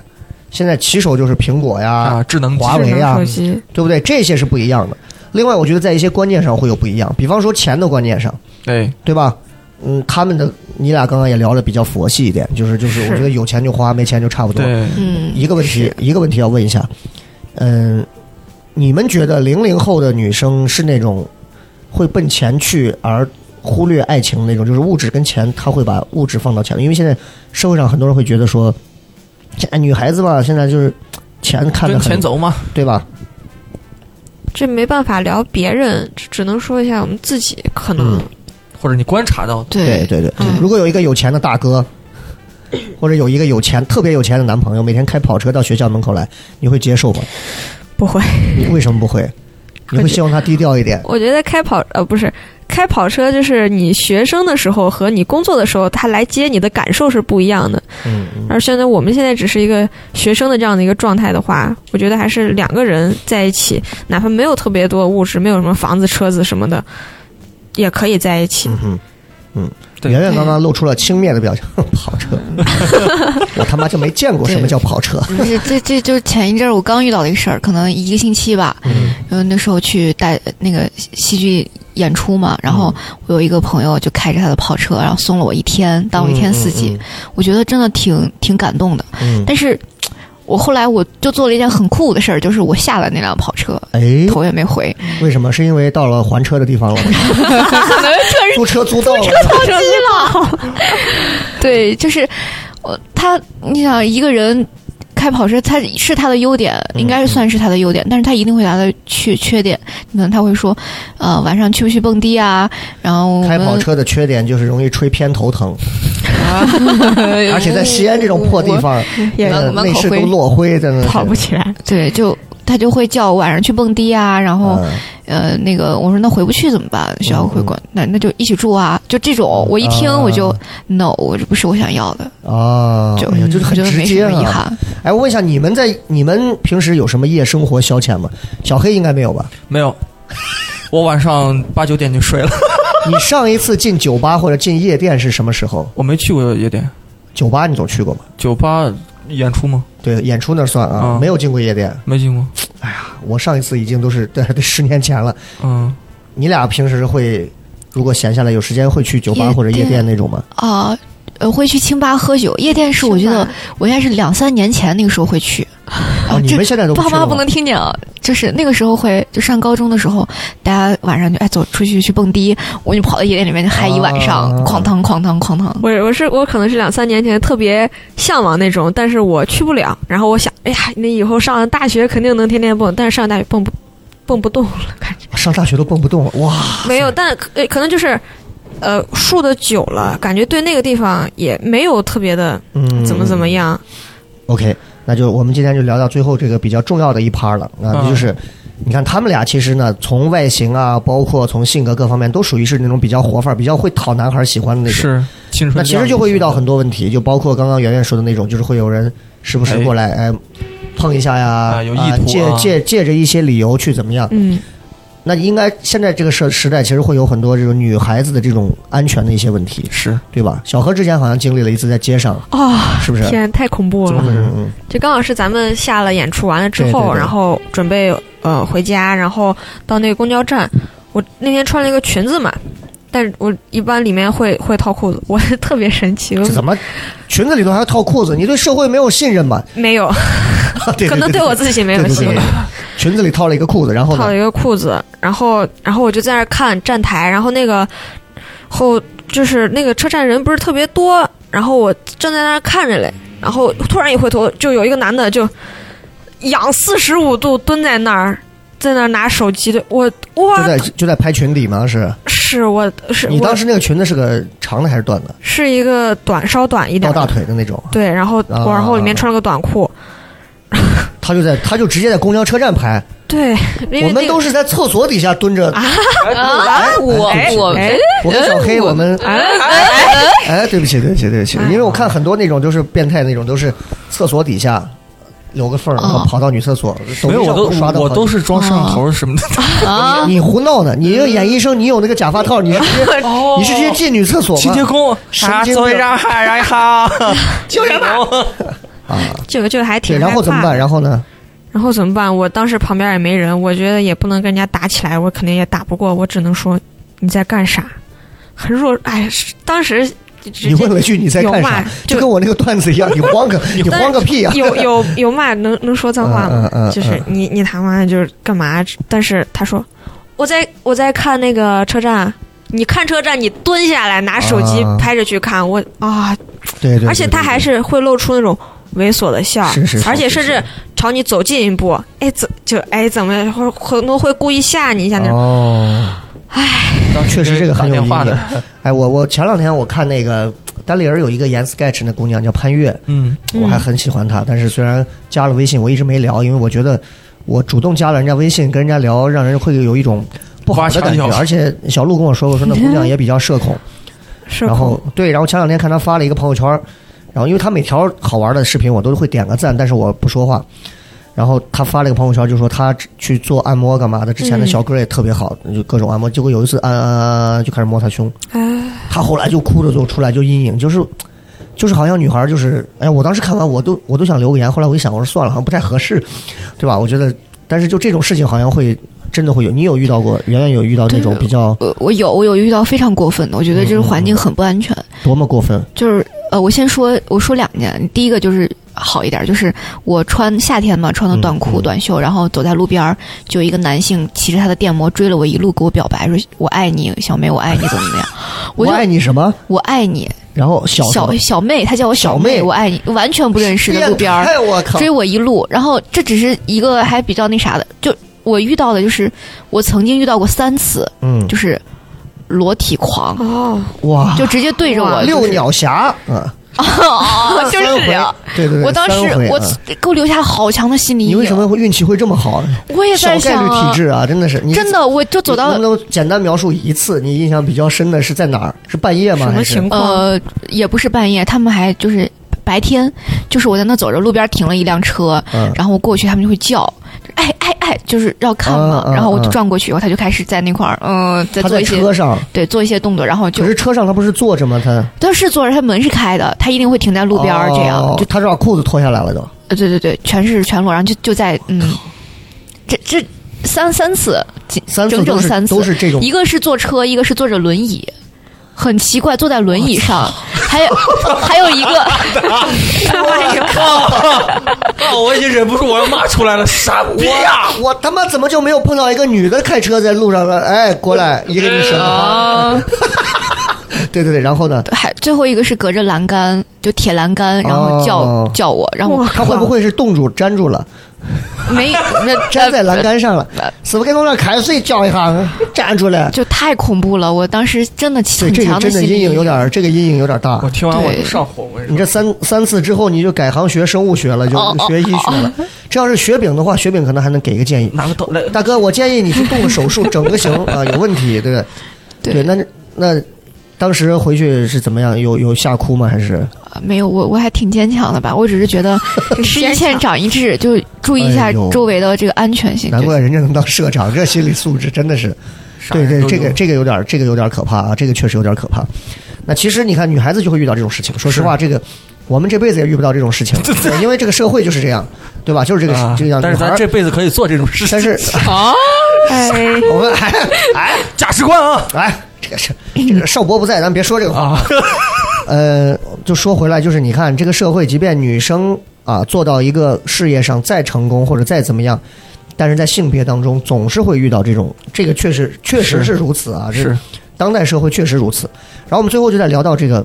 现在起手就是苹果呀、啊，智能机华为智能呀手，机，对不对？这些是不一样的。另外，我觉得在一些观念上会有不一样，比方说钱的观念上，哎，对吧？嗯，他们的你俩刚刚也聊的比较佛系一点，就是就是，我是觉得有钱就花，没钱就差不多。对， 嗯，一个问题，一个问题要问一下，嗯，你们觉得零零后的女生是那种会奔钱去而忽略爱情那种，就是物质跟钱，她会把物质放到前面？因为现在社会上很多人会觉得说，现在女孩子嘛，现在就是钱看得跟很钱，走嘛，对吧？这没办法聊别人，只只能说一下我们自己可能嗯或者你观察到的，对对对嗯如果有一个有钱的大哥，或者有一个有钱特别有钱的男朋友，每天开跑车到学校门口来，你会接受吗？不会。你为什么不会？你会希望他低调一点？我觉得开跑呃不是开跑车，就是你学生的时候和你工作的时候，他来接你的感受是不一样的。嗯嗯。而现在我们现在只是一个学生的这样的一个状态的话，我觉得还是两个人在一起，哪怕没有特别多物质，没有什么房子、车子什么的，也可以在一起。嗯哼，嗯，对圆圆刚刚露出了轻蔑的表情，跑车， 我他妈就没见过什么叫跑车。不是，这这就是前一阵儿我刚遇到的一个事儿，可能一个星期吧。嗯因为那时候去带那个戏戏剧演出嘛，然后我有一个朋友就开着他的跑车，然后送了我一天，当我一天司机，我觉得真的挺挺感动的。嗯，但是，我后来我就做了一件很酷的事儿，就是我下了那辆跑车，哎，头也没回，为什么？是因为到了还车的地方 了，可能确实租车租到了。机了。 对，就是我他，你想一个人开跑车，他是他的优点，嗯应该是算是他的优点，但是他一定会有他的缺缺点。可能他会说，呃，晚上去不去蹦迪啊？然后我们开跑，车的缺点就是容易吹偏头疼，而而且在西安这种破地，方，也那门口内饰会都落灰，在那是跑不起来，对，就他就会叫我晚上去蹦迪啊，然后、嗯呃，那个我说那回不去怎么办？学校会管，那那就一起住啊，就这种。嗯我一听我就、no，我这不是我想要的，啊，就、哎呀，就是我很觉得直没接什么遗啊。憾。哎，我问一下，你们在你们平时有什么夜生活消遣吗？小黑应该没有吧？没有，我晚上八九点就睡了，你上一次进酒吧或者进夜店是什么时候？我没去过夜店、酒吧你总去过吧？酒吧演出吗？对，演出那算啊，嗯没有进过夜店。哎没进过。我上一次已经都是 对对十年前了。嗯，你俩平时会如果闲下来有时间会去酒吧夜或者夜店店那种吗？啊、呃，会去清吧喝酒，夜店 是我觉得我应该是两三年前那个时候会去。 啊，你这们现在都不爸去妈了不吗能听见啊！就是那个时候会，就上高中的时候，大家晚上就哎走出去去蹦迪，我就跑到夜店里面就嗨一晚上，啊哐当哐当哐当。我我是我可能是两三年前特别向往那种，但是我去不了。然后我想，哎呀，那以后上了大学肯定能天天蹦，但是上了大学蹦不蹦不动了，感觉上大学都蹦不动了，哇！没有。但可呃可能就是，呃，树的久了，感觉对那个地方也没有特别的嗯，怎么怎么样。 OK，那就我们今天就聊到最后这个比较重要的一趴了啊，那就是。你看他们俩其实呢，从外形啊，包括从性格各方面，都属于是那种比较活范儿、比较会讨男孩喜欢的那种。是青春。那其实就会遇到很多问题，就包括刚刚圆圆说的那种，就是会有人时不时过来哎碰一下呀，啊有意图啊借借借着一些理由去怎么样？嗯，那应该现在这个时时代，其实会有很多这种女孩子的这种安全的一些问题，是对吧？小何之前好像经历了一次在街上，哦，是不是？天，太恐怖了！嗯嗯就刚好是咱们下了演出完了之后，对对对然后准备呃回家，然后到那个公交站，我那天穿了一个裙子嘛，但是我一般里面会会套裤子，我 特别神奇，嗯，我这怎么裙子里头还要套裤子？你对社会没有信任吧？ 没有，对可能对我己自己没有信任。裙子里套了一个裤子，然后套呢了？一个裤子，然后然后我就在那儿看站台，然后那个后就是那个车站人不是特别多，然后我正在那儿看着嘞，然后突然一回头，就有一个男的就仰四十五度蹲在那儿。在那儿拿手机的我就哇，在就在拍裙底吗？是是我是你我当时那个裙子是个长的还是短的？是一个短稍短一到点哦大的，腿的那种。对，然后啊我然后里面穿了个短裤，他就在他就直接在公交车站拍，对， 因为我们那个都是在厕所底下蹲着。啊，我哎我哎我跟小黑，我们哎哎，对不起，对不起，对不起，因为我看很多那种就是变态那种，都是厕所底下留个缝儿，然后哦跑到女厕所。抖没音有，我上都刷到我好都是装摄像头什么的。啊，你胡闹呢？你这演医生，你有那个假发套，你是 直接、哦哦你是直接进女厕所清洁吗？工，神啥经作为病让海让一哈，救人吧！ 就就还挺啊对，然后怎么害怕办？然后呢？然后怎么办？我当时旁边也没人，我觉得也不能跟人家打起来，我肯定也打不过，我只能说你在干啥？很弱，哎，是当时你直接问了句你在有干骂啥， 就就跟我那个段子一样，你慌个你但慌个屁呀、有有有骂，能能说脏话吗？嗯嗯嗯就是你你他妈就是干嘛？但是他说我在我在看那个车站。你看车站，你蹲下来拿手机啊拍着去看，我啊！对对对，而且他对还是会露出那种猥琐的笑，是是是而且是甚是至朝你走近一步，哎，怎就哎怎么，或者可能会故意吓你一下那种。哦，当时确实这个打很有电意话义的，。哎，我我前两天我看那个单立人有一个演 sketch 那姑娘叫潘越，嗯，我还很喜欢她，但是虽然加了微信，我一直没聊，因为我觉得我主动加了人家微信，跟人家聊，让人会有一种不好的感觉挖。墙脚而且小鹿跟我说过，说那姑娘也比较社恐， 社然恐后对，然后前两天看她发了一个朋友圈，然后因为她每条好玩的视频我都会点个赞，但是我不说话。然后他发了个朋友圈，就说他去做按摩干嘛的，之嗯前的小哥也特别好，就各种按摩。结果有一次按按按按，就开始摸他胸，啊，他后来就哭着就出来就阴影，就是就是好像女孩就是，哎呀，我当时看完我都我都想留个言，后来我一想，我说算了，好像不太合适，对吧？我觉得，但是就这种事情好像会真的会有，你有遇到过，圆圆有遇到那种比较我我有我有遇到非常过分的，我觉得这嗯个环境很不安全。多么过分？就是呃，我先说我说两件，第一个就是好一点，就是我穿夏天嘛，穿的短裤、嗯嗯短袖，然后走在路边儿，就有一个男性骑着他的电摩追了我一路，给我表白说我爱你，小妹，我爱你，怎么怎么 样，我我就爱你什么？我爱你，然后小小小妹，他叫我小小妹，妹我爱你，完全不认识的路边儿哎，我靠！追我一路，然后这只是一个还比较那啥的，就我遇到的就是我曾经遇到过三次，嗯，就是裸体狂，哦，哇，就直接对着我，六就是鸟侠，嗯，哦，就三是回这样。，对对对，我当时三回我嗯给我留下好强的心理阴你影。为什么会运气会这么好？我也小在概想率体啊？质啊，真的是你真的，我就走到能不能简单描述一次你印象比较深的是在哪儿？是半夜吗？什么还是情况？呃，也不是半夜，他们还就是白天，就是我在那走着，路边停了一辆车，嗯然后我过去，他们就会叫，就是哎哎哎，就是要看嘛，嗯嗯然后我就嗯转过去，然后他就开始在那块儿，嗯、在他做在一些车上，对做一些动作，然后就可是车上他不是坐着吗？他但是坐着，他门是开的，他一定会停在路边儿，这样、哦就他是把裤子脱下来了都。呃对对对，全是全裸，然后就就在嗯，这这三三次，几三次整都整是三次都是这种一个是坐车，一个是坐着轮椅，很奇怪，坐在轮椅上，还有还有一 个，啊，我已经忍不住我要骂出来了，傻逼呀、 我我他妈怎么就没有碰到一个女的开车在路上了？哎，过 来一个女生，啊 对对对，然后呢？还最后一个是隔着栏杆，就铁栏杆，然后叫、哦叫我，然后我他会不会是冻住粘住了， 没那呃粘在栏杆上了？是不是跟我那开水浇一下，粘住了？就太恐怖了，我当时真的对，很这个强真心的理阴影有点儿，这个阴影有点儿大我。听完我就对上火，我跟你你这说，三三次之后，你就改行学生物学了，哦就哦学医学了。 这要是雪饼的话，雪饼可能还能给个建议。拿个刀来，大哥，我建议你去动个手术，整个形啊，有问题，对不对？对，对那那当时回去是怎么样？有有吓哭吗？还是没有，我我还挺坚强的吧。我只是 觉得吃一堑长一智，就注意一哎下呦周围的这个安全性。难怪人家能当社长，这心理素质真的是。啥对人对，都这有个这个有点儿这个有点儿可怕啊，这个确实有点儿可怕。那其实你看，女孩子就会遇到这种事情。说实话，这个我们这辈子也遇不到这种事情， 对因为这个社会就是这样，对吧？就是这个、啊这个样。但是女孩咱儿这辈子可以做这种事情， 但是呃哎，我们哎哎价值观啊哎，这个是这个少博不在，咱别说这个话。啊，嗯呃，就说回来，就是你看这个社会，即便女生啊做到一个事业上再成功或者再怎么样，但是在性别当中总是会遇到这种，这个确实确实是是如此啊，这是当代社会确实如此。然后我们最后就在聊到这个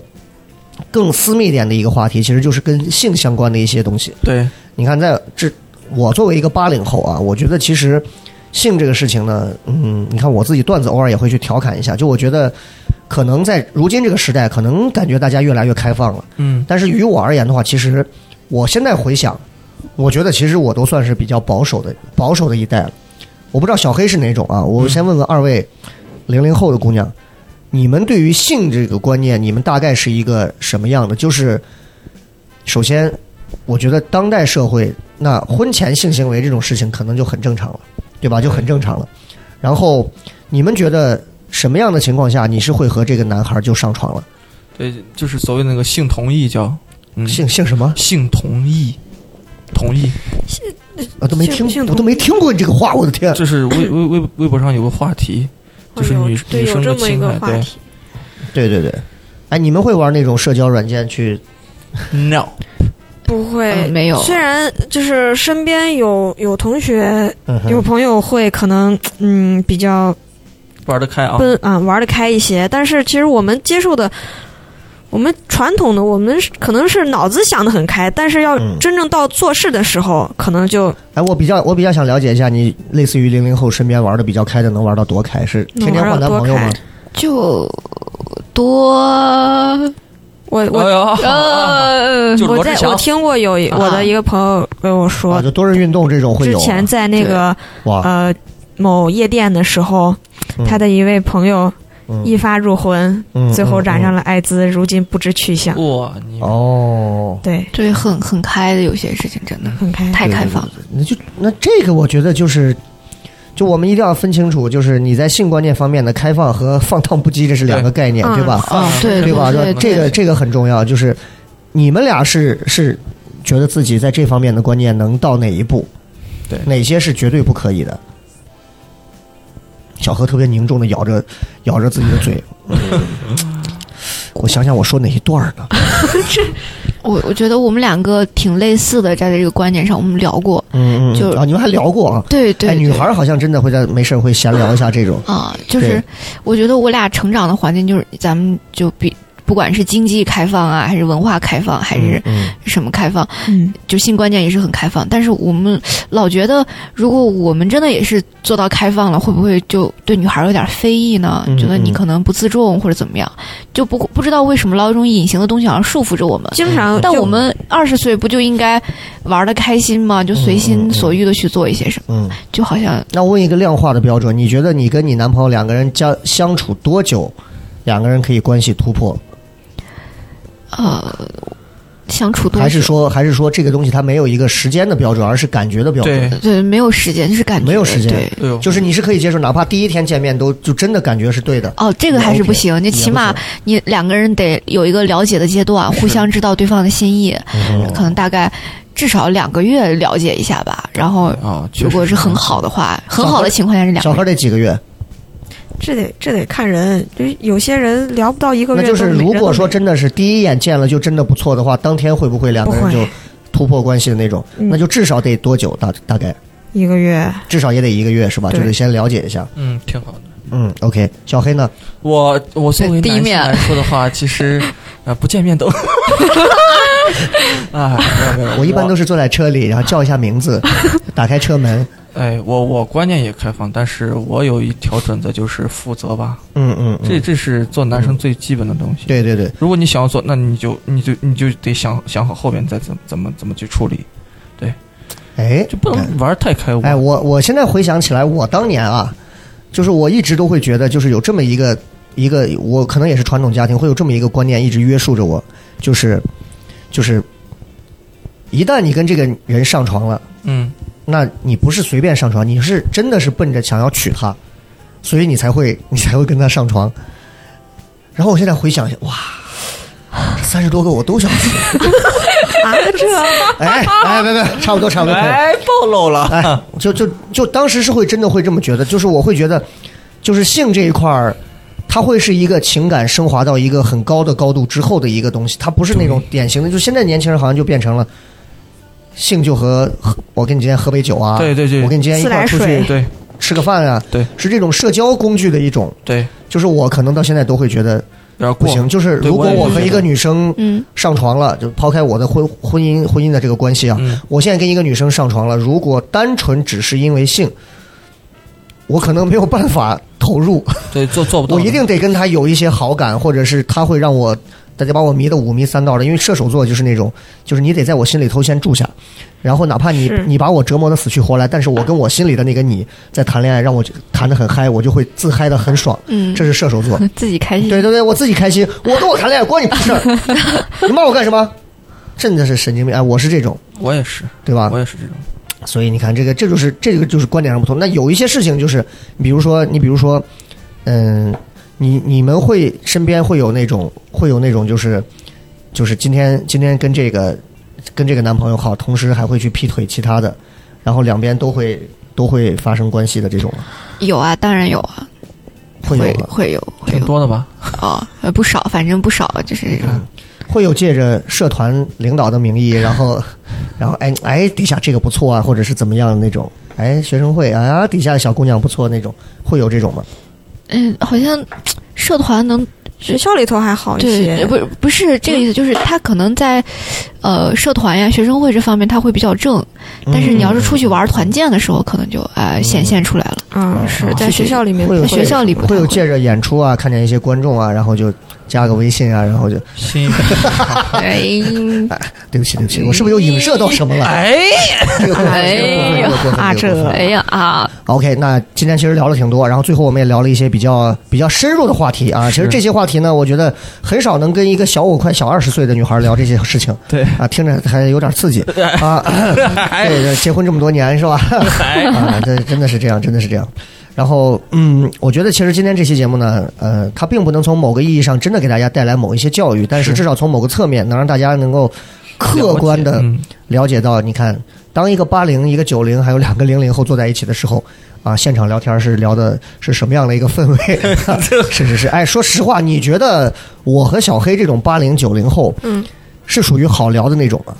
更私密一点的一个话题，其实就是跟性相关的一些东西。对，你看在，这我作为一个八零后啊，我觉得其实性这个事情呢，嗯，你看我自己段子偶尔也会去调侃一下，就我觉得可能在如今这个时代，可能感觉大家越来越开放了，嗯，但是于我而言的话，其实我现在回想，我觉得其实我都算是比较保守的保守的一代了。我不知道小黑是哪种啊，嗯我先问问二位零零后的姑娘，你们对于性这个观念，你们大概是一个什么样的？就是首先，我觉得当代社会那婚前性行为这种事情可能就很正常了，对吧？就很正常了。然后你们觉得什么样的情况下你是会和这个男孩就上床了？对，就是所谓那个性同意叫，嗯，性性什么？性同意，同意，啊，都没性听性，我都没听过你这个话，我的天！就是微微微微博上有个话题，就是哎呦女对女有生这的么一情个感，话对题，对对对，哎，你们会玩那种社交软件去？ ，no，不会嗯没有虽然就是身边有有同学嗯哼有朋友会可能嗯比较玩得开啊，奔啊、玩的开一些，但是其实我们接受的，我们传统的我们是可能是脑子想的很开，但是要嗯真正到做事的时候，可能就哎，我比较我比较想了解一下，你类似于零零后身边玩的比较开的，能玩到多开？是天天换男朋友吗能玩到多？就多我哎我、呦啊呃， 就我罗在志我祥，听过有一啊我的一个朋友跟我说，啊，就多人运动这种会之有啊、前在那个呃哇，呃某夜店的时候，嗯他的一位朋友嗯一发入魂，嗯最后染上了。了艾滋，如今不知去向。哇，你哦，对，对，很很开的，有些事情真嗯的很开。太开放了。那就那这个，我觉得就是，就我们一定要分清楚，就是你在性观念方面的开放和放荡不羁，这是两个概念，嗯啊对吧？哦对对吧？对这个这个很重要，就是你们俩是是觉得自己在这方面的观念能到哪一步？对哪些是绝对不可以的？小何特别凝重的咬着咬着自己的嘴，嗯 我想想我说哪一段儿呢？我我觉得我们两个挺类似的，在这个观念上，我们聊过。嗯嗯，就啊，你们还聊过啊？对对，哎，女对孩儿好像真的会在没事儿会闲聊一下这种。啊，就对是我觉得我俩成长的环境就是咱们就比不管是经济开放啊，还是文化开放，还是嗯什么开放，嗯，就性观念也是很开放。但是我们老觉得，如果我们真的也是做到开放了，会不会就对女孩有点非议呢？嗯觉得你嗯可能不自重或者怎么样，就不不知道为什么老有一种隐形的东西好像束缚着我们。经常但就我们二十岁不就应该玩的开心吗？就嗯随嗯心嗯所欲的去做一些什么，嗯，就好像那我问一个量化的标准，你觉得你跟你男朋友两个人交相处多久，两个人可以关系突破？呃相处多还久是说还是说这个东西它没有一个时间的标准，而是感觉的标准？对，对，没有时间，就是感觉没有时间对，哎呦，就是你是可以接受，哪怕第一天见面都就真的感觉是对的。哦，这个还是不行，你也起不码行你两个人得有一个了解的阶段，互相知道对方的心意，哦嗯嗯可能大概至少两个月了解一下吧。然哦后，啊，确如果实是很好的话，很好的情况下是两小个何人。得几个月？这得这得看人，就是有些人聊不到一个那月都没，就是如人都果说没真的是第一眼见了就真的不错的话，当天会不会两个人不会就突破关系的那种？嗯那就至少得多久？大大概一个月，至少也得一个月是吧？就对是先了解一下。嗯，挺好的。嗯，OK。小黑呢？我我作为对第一男性面来说的话，其实啊不见面都，啊没有没有，我一般都是坐在车里，然后叫一下名 字，打开车门。哎我我观念也开放，但是我有一条准则就是负责吧，嗯嗯，这嗯这是做男生最基本的东西。对对对，如果你想要做，那你就你就你就得想想好后面再怎么怎么怎么去处理，哎，就不能玩太开悟。哎，我我现在回想起来，我当年啊，就是我一直都会觉得，就是有这么一个一个，我可能也是传统家庭，会有这么一个观念一直约束着我，就是就是，一旦你跟这个人上床了，嗯，那你不是随便上床，你是真的是奔着想要娶她，所以你才会你才会跟她上床。然后我现在回想一下，哇，三十多个我都想娶。 啊，这哎哎，别别，差不多差不多可以了。哎，暴露了。 哎，就就就当时是会真的会这么觉得，就是我会觉得，就是性这一块儿，它会是一个情感升华到一个很高的高度之后的一个东西，它不是那种典型的，就现在年轻人好像就变成了。性就和和我跟你今天喝杯酒啊，对对对我跟你今天一自块儿来出水去对吃个饭啊，对，是这种社交工具的一种，对，就是我可能到现在都会觉得有点不过行，就是对如果我也我是和一觉个得女生嗯，上床了，就抛开我的婚婚姻婚姻的这个关系啊，嗯我现在跟一个女生上床了，如果单纯只是因为性，我可能没有办法投入，对，做做不到我的。一定得跟她有一些好感，或者是她会让我大家把我迷得五迷三道的，因为射手座就是那种，就是你得在我心里头先住下，然后哪怕你是你把我折磨的死去活来，但是我跟我心里的那个你在谈恋爱，让我谈得很嗨，我就会自嗨的很爽，嗯这是射手 座。自己开心。对对对，我自己开心，我跟我谈恋爱关你屁事儿，你骂我干什么？真的是神经病！哎，我是这种，我也是，对吧我？也是这种。所以你看，这个这就是这个就是观点上不同。那有一些事情就是，比如说你比如说，嗯，你你们会身边会有那种会有那种就是就是今天今天跟这个跟这个男朋友好，同时还会去劈腿其他的，然后两边都会都会发生关系的这种吗，有啊，当然有啊，会有啊会吗会有会挺有多 的吧？啊，呃不少，反正不少，就是这种会有借着社团领导的名 义，然后，然后哎哎，底下这个不错啊，或者是怎么样的那种，哎，学生会啊，底下小姑娘不错那种，会有这种吗？嗯，好像社团能学校里头还好一对，些呃，不是不是这个意思，就是他可能在呃社团呀、学生会这方面他会比较正，嗯但嗯是你要是出去玩团建的时候，可能就呃显现出来了。啊，是在学校里面哦会有在学校里不太会有借着演出啊，看见一些观众啊，然后就加个微信啊，然后就新 一批。哎，嗯对不起对不起，我是不是又影射到什么了？哎，这个过分哎这个过分这个过分啊这这个过分哎呀啊， OK，那今天其实聊了挺多，然后最后我们也聊了一些比较比较深入的话题啊。其实是这些话题呢，我觉得很少能跟一个小我快小二十岁的女孩聊这些事情 对，哎啊，听着还有点刺 激啊。对对，结婚这么多年是吧？ 啊，这真的是这样，真的是这样。然后，嗯，我觉得其实今天这期节目呢，呃，它并不能从某个意义上真的给大家带来某一些教育，但是是至少从某个侧面能让大家能够客观的嗯，了解到，你看，当一个八零、一个九零，还有两个零零后坐在一起的时候，啊，现场聊天是聊的是什么样的一个氛围？ 是是是，哎，说实话，你觉得我和小黑这种八零九零后，嗯，是属于好聊的那种吗？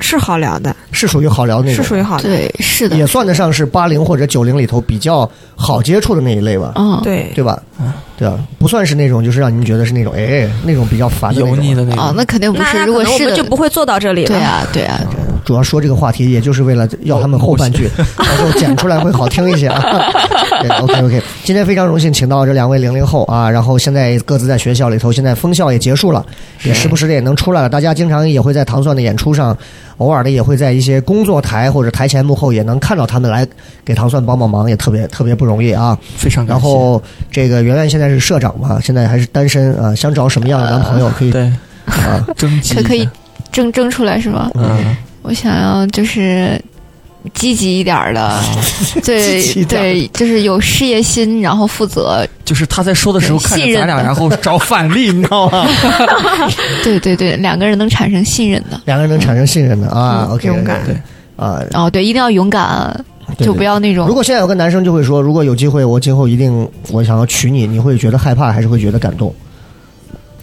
是好聊的，是属于好聊的那种是吗，属于好的，对，是的，也算得上是八零或者九零里头比较好接触的那一类吧，嗯，对，对吧？对啊，不算是那种就是让您觉得是那种哎那种比较烦的那油种腻的那啊，种。那肯定不那是。那如可果能我是们的就不会做到这里了。对啊，对啊，主要说这个话题，也就是为了要他们后半哦句， 到时候剪出来会好听一些 啊。对，OK OK，今天非常荣幸请到这两位零零后啊，然后现在各自在学校里头，现在封校也结束了，也时不时的也能出来了。大家经常也会在糖蒜的演出上，偶尔的也会在一些工作台或者台前幕后也能看到他们来给糖蒜帮帮忙，也特别特别不容易啊。非常然感谢。后这个圆圆现在是社长嘛，现在还是单身啊，想找什么样的男朋友可以 对，啊？征集可可一以下争争出来是吗？嗯，我想要就是积极一点 儿的，积极对一点儿对，就是有事业心，然后负责，就是他在说的时候看信着任咱俩，然后找反例，你知道 吗？对对对，两个人能产生信任的。两个人能产生信任的啊嗯，OK，勇敢对啊，哦，对，一定要勇敢，对就不。要那对如种果现在有个男生就会说，如果有机会，我今后一定我想要娶你，你会觉得害怕还是会觉得感动？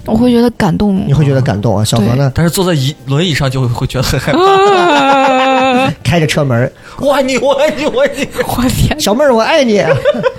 我会觉得感动你。会觉得感动啊？小何呢，但是坐在椅轮椅上就会会觉得很害怕。开着车 门， 我爱你，我爱你，我爱你，我天，小妹儿我爱 你，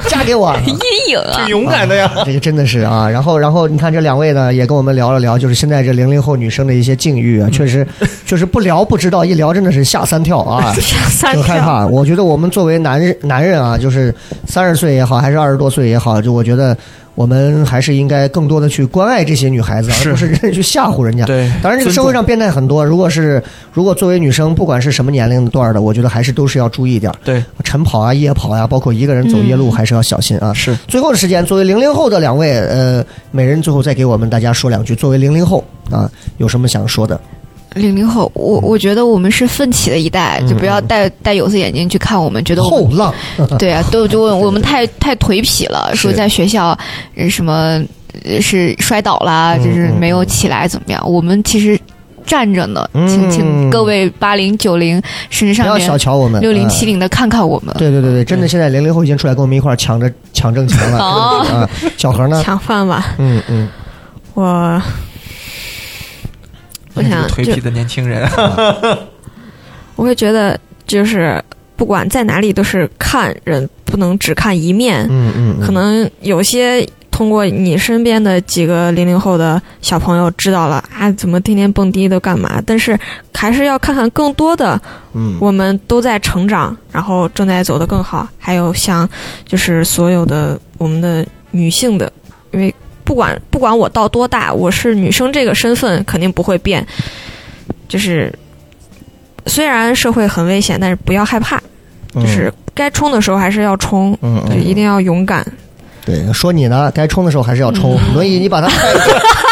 嫁给我。阴影啊！挺勇敢的呀。 这个真的是啊，然后，然后你看这两位呢，也跟我们聊了聊，就是现在这零零后女生的一些境遇啊，确实，确实不聊不知道，一聊真的是吓三跳啊， 三很害条怕。我觉得我们作为男人男人啊，就是三十岁也好，还是二十多岁也好，就我觉得我们还是应该更多的去关爱这些女孩子，是而不是真的去吓唬人家。对，当然，这个社会上变态很多。如果是如果作为女生，不管是什么年龄段的，我觉得还是都是要注意一点儿，对晨跑啊、夜跑呀、包括一个人走夜嗯路，还是要小心啊。是最后的时间，作为零零后的两位，呃，每人最后再给我们大家说两句。作为零零后啊，有什么想说的？零零后，嗯我我觉得我们是奋起的一代，就不要戴戴有色眼镜去看我们，觉得我后们浪，对啊，都就我们太太颓痞了，说是在学校呃什么呃是摔倒啦，嗯就是没有起来怎么样？我们其实站着呢，请嗯请各位八零九零甚至不上要小面瞧我们六零啊七零的看看我们，对对对对，真的，现在零零后已经出来跟我们一块儿抢着抢挣钱了。哦真的 是啊，小何呢？抢饭碗，嗯嗯，我我这想个颓就皮的年轻 人，我会觉得就是不管在哪里都是看人，不能只看一面，嗯嗯，嗯可能有些。通过你身边的几个零零后的小朋友知道了啊，怎么天天蹦迪都干嘛？但是还是要看看更多的嗯，我们都在成长，然后正在走得更好。还有像就是所有的我们的女性的，因为不管不管我到多大，我是女生这个身份肯定不会变。就是虽然社会很危险，但是不要害怕，嗯就是该冲的时候还是要冲，嗯就嗯，一定要勇敢。对，说你呢，该冲的时候还是要冲。嗯轮椅你把它踹，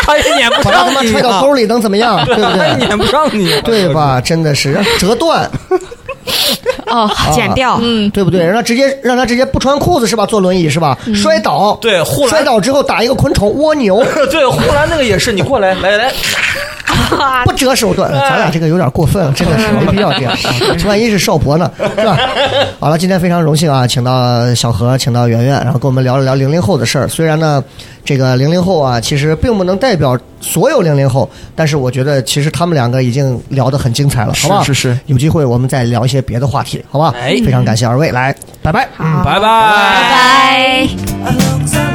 他也撵不把它他妈上你踹到 啊，沟里能怎么 样？对不他也对？撵不上你，啊对？吧？真的是让折断，哦，剪掉，嗯，对不对？让他直接让他直接不穿裤子是吧？坐轮椅是吧？嗯摔倒，对，护摔栏，倒之后打一个昆虫蜗牛，对护栏那个也是，你过来，来来，不择手段，咱俩这个有点过分了，真的是没必 要这样。万一是少博呢，是吧？好了，今天非常荣幸啊，请到小何，请到圆圆，然后跟我们聊了聊零零后的事儿。虽然呢，这个零零后啊，其实并不能代表所有零零后，但是我觉得其实他们两个已经聊得很精彩了，好不好？是是是，有机会我们再聊一些别的话题，好不好？哎嗯非常感谢二位，来，拜拜。拜拜。拜。 Alongside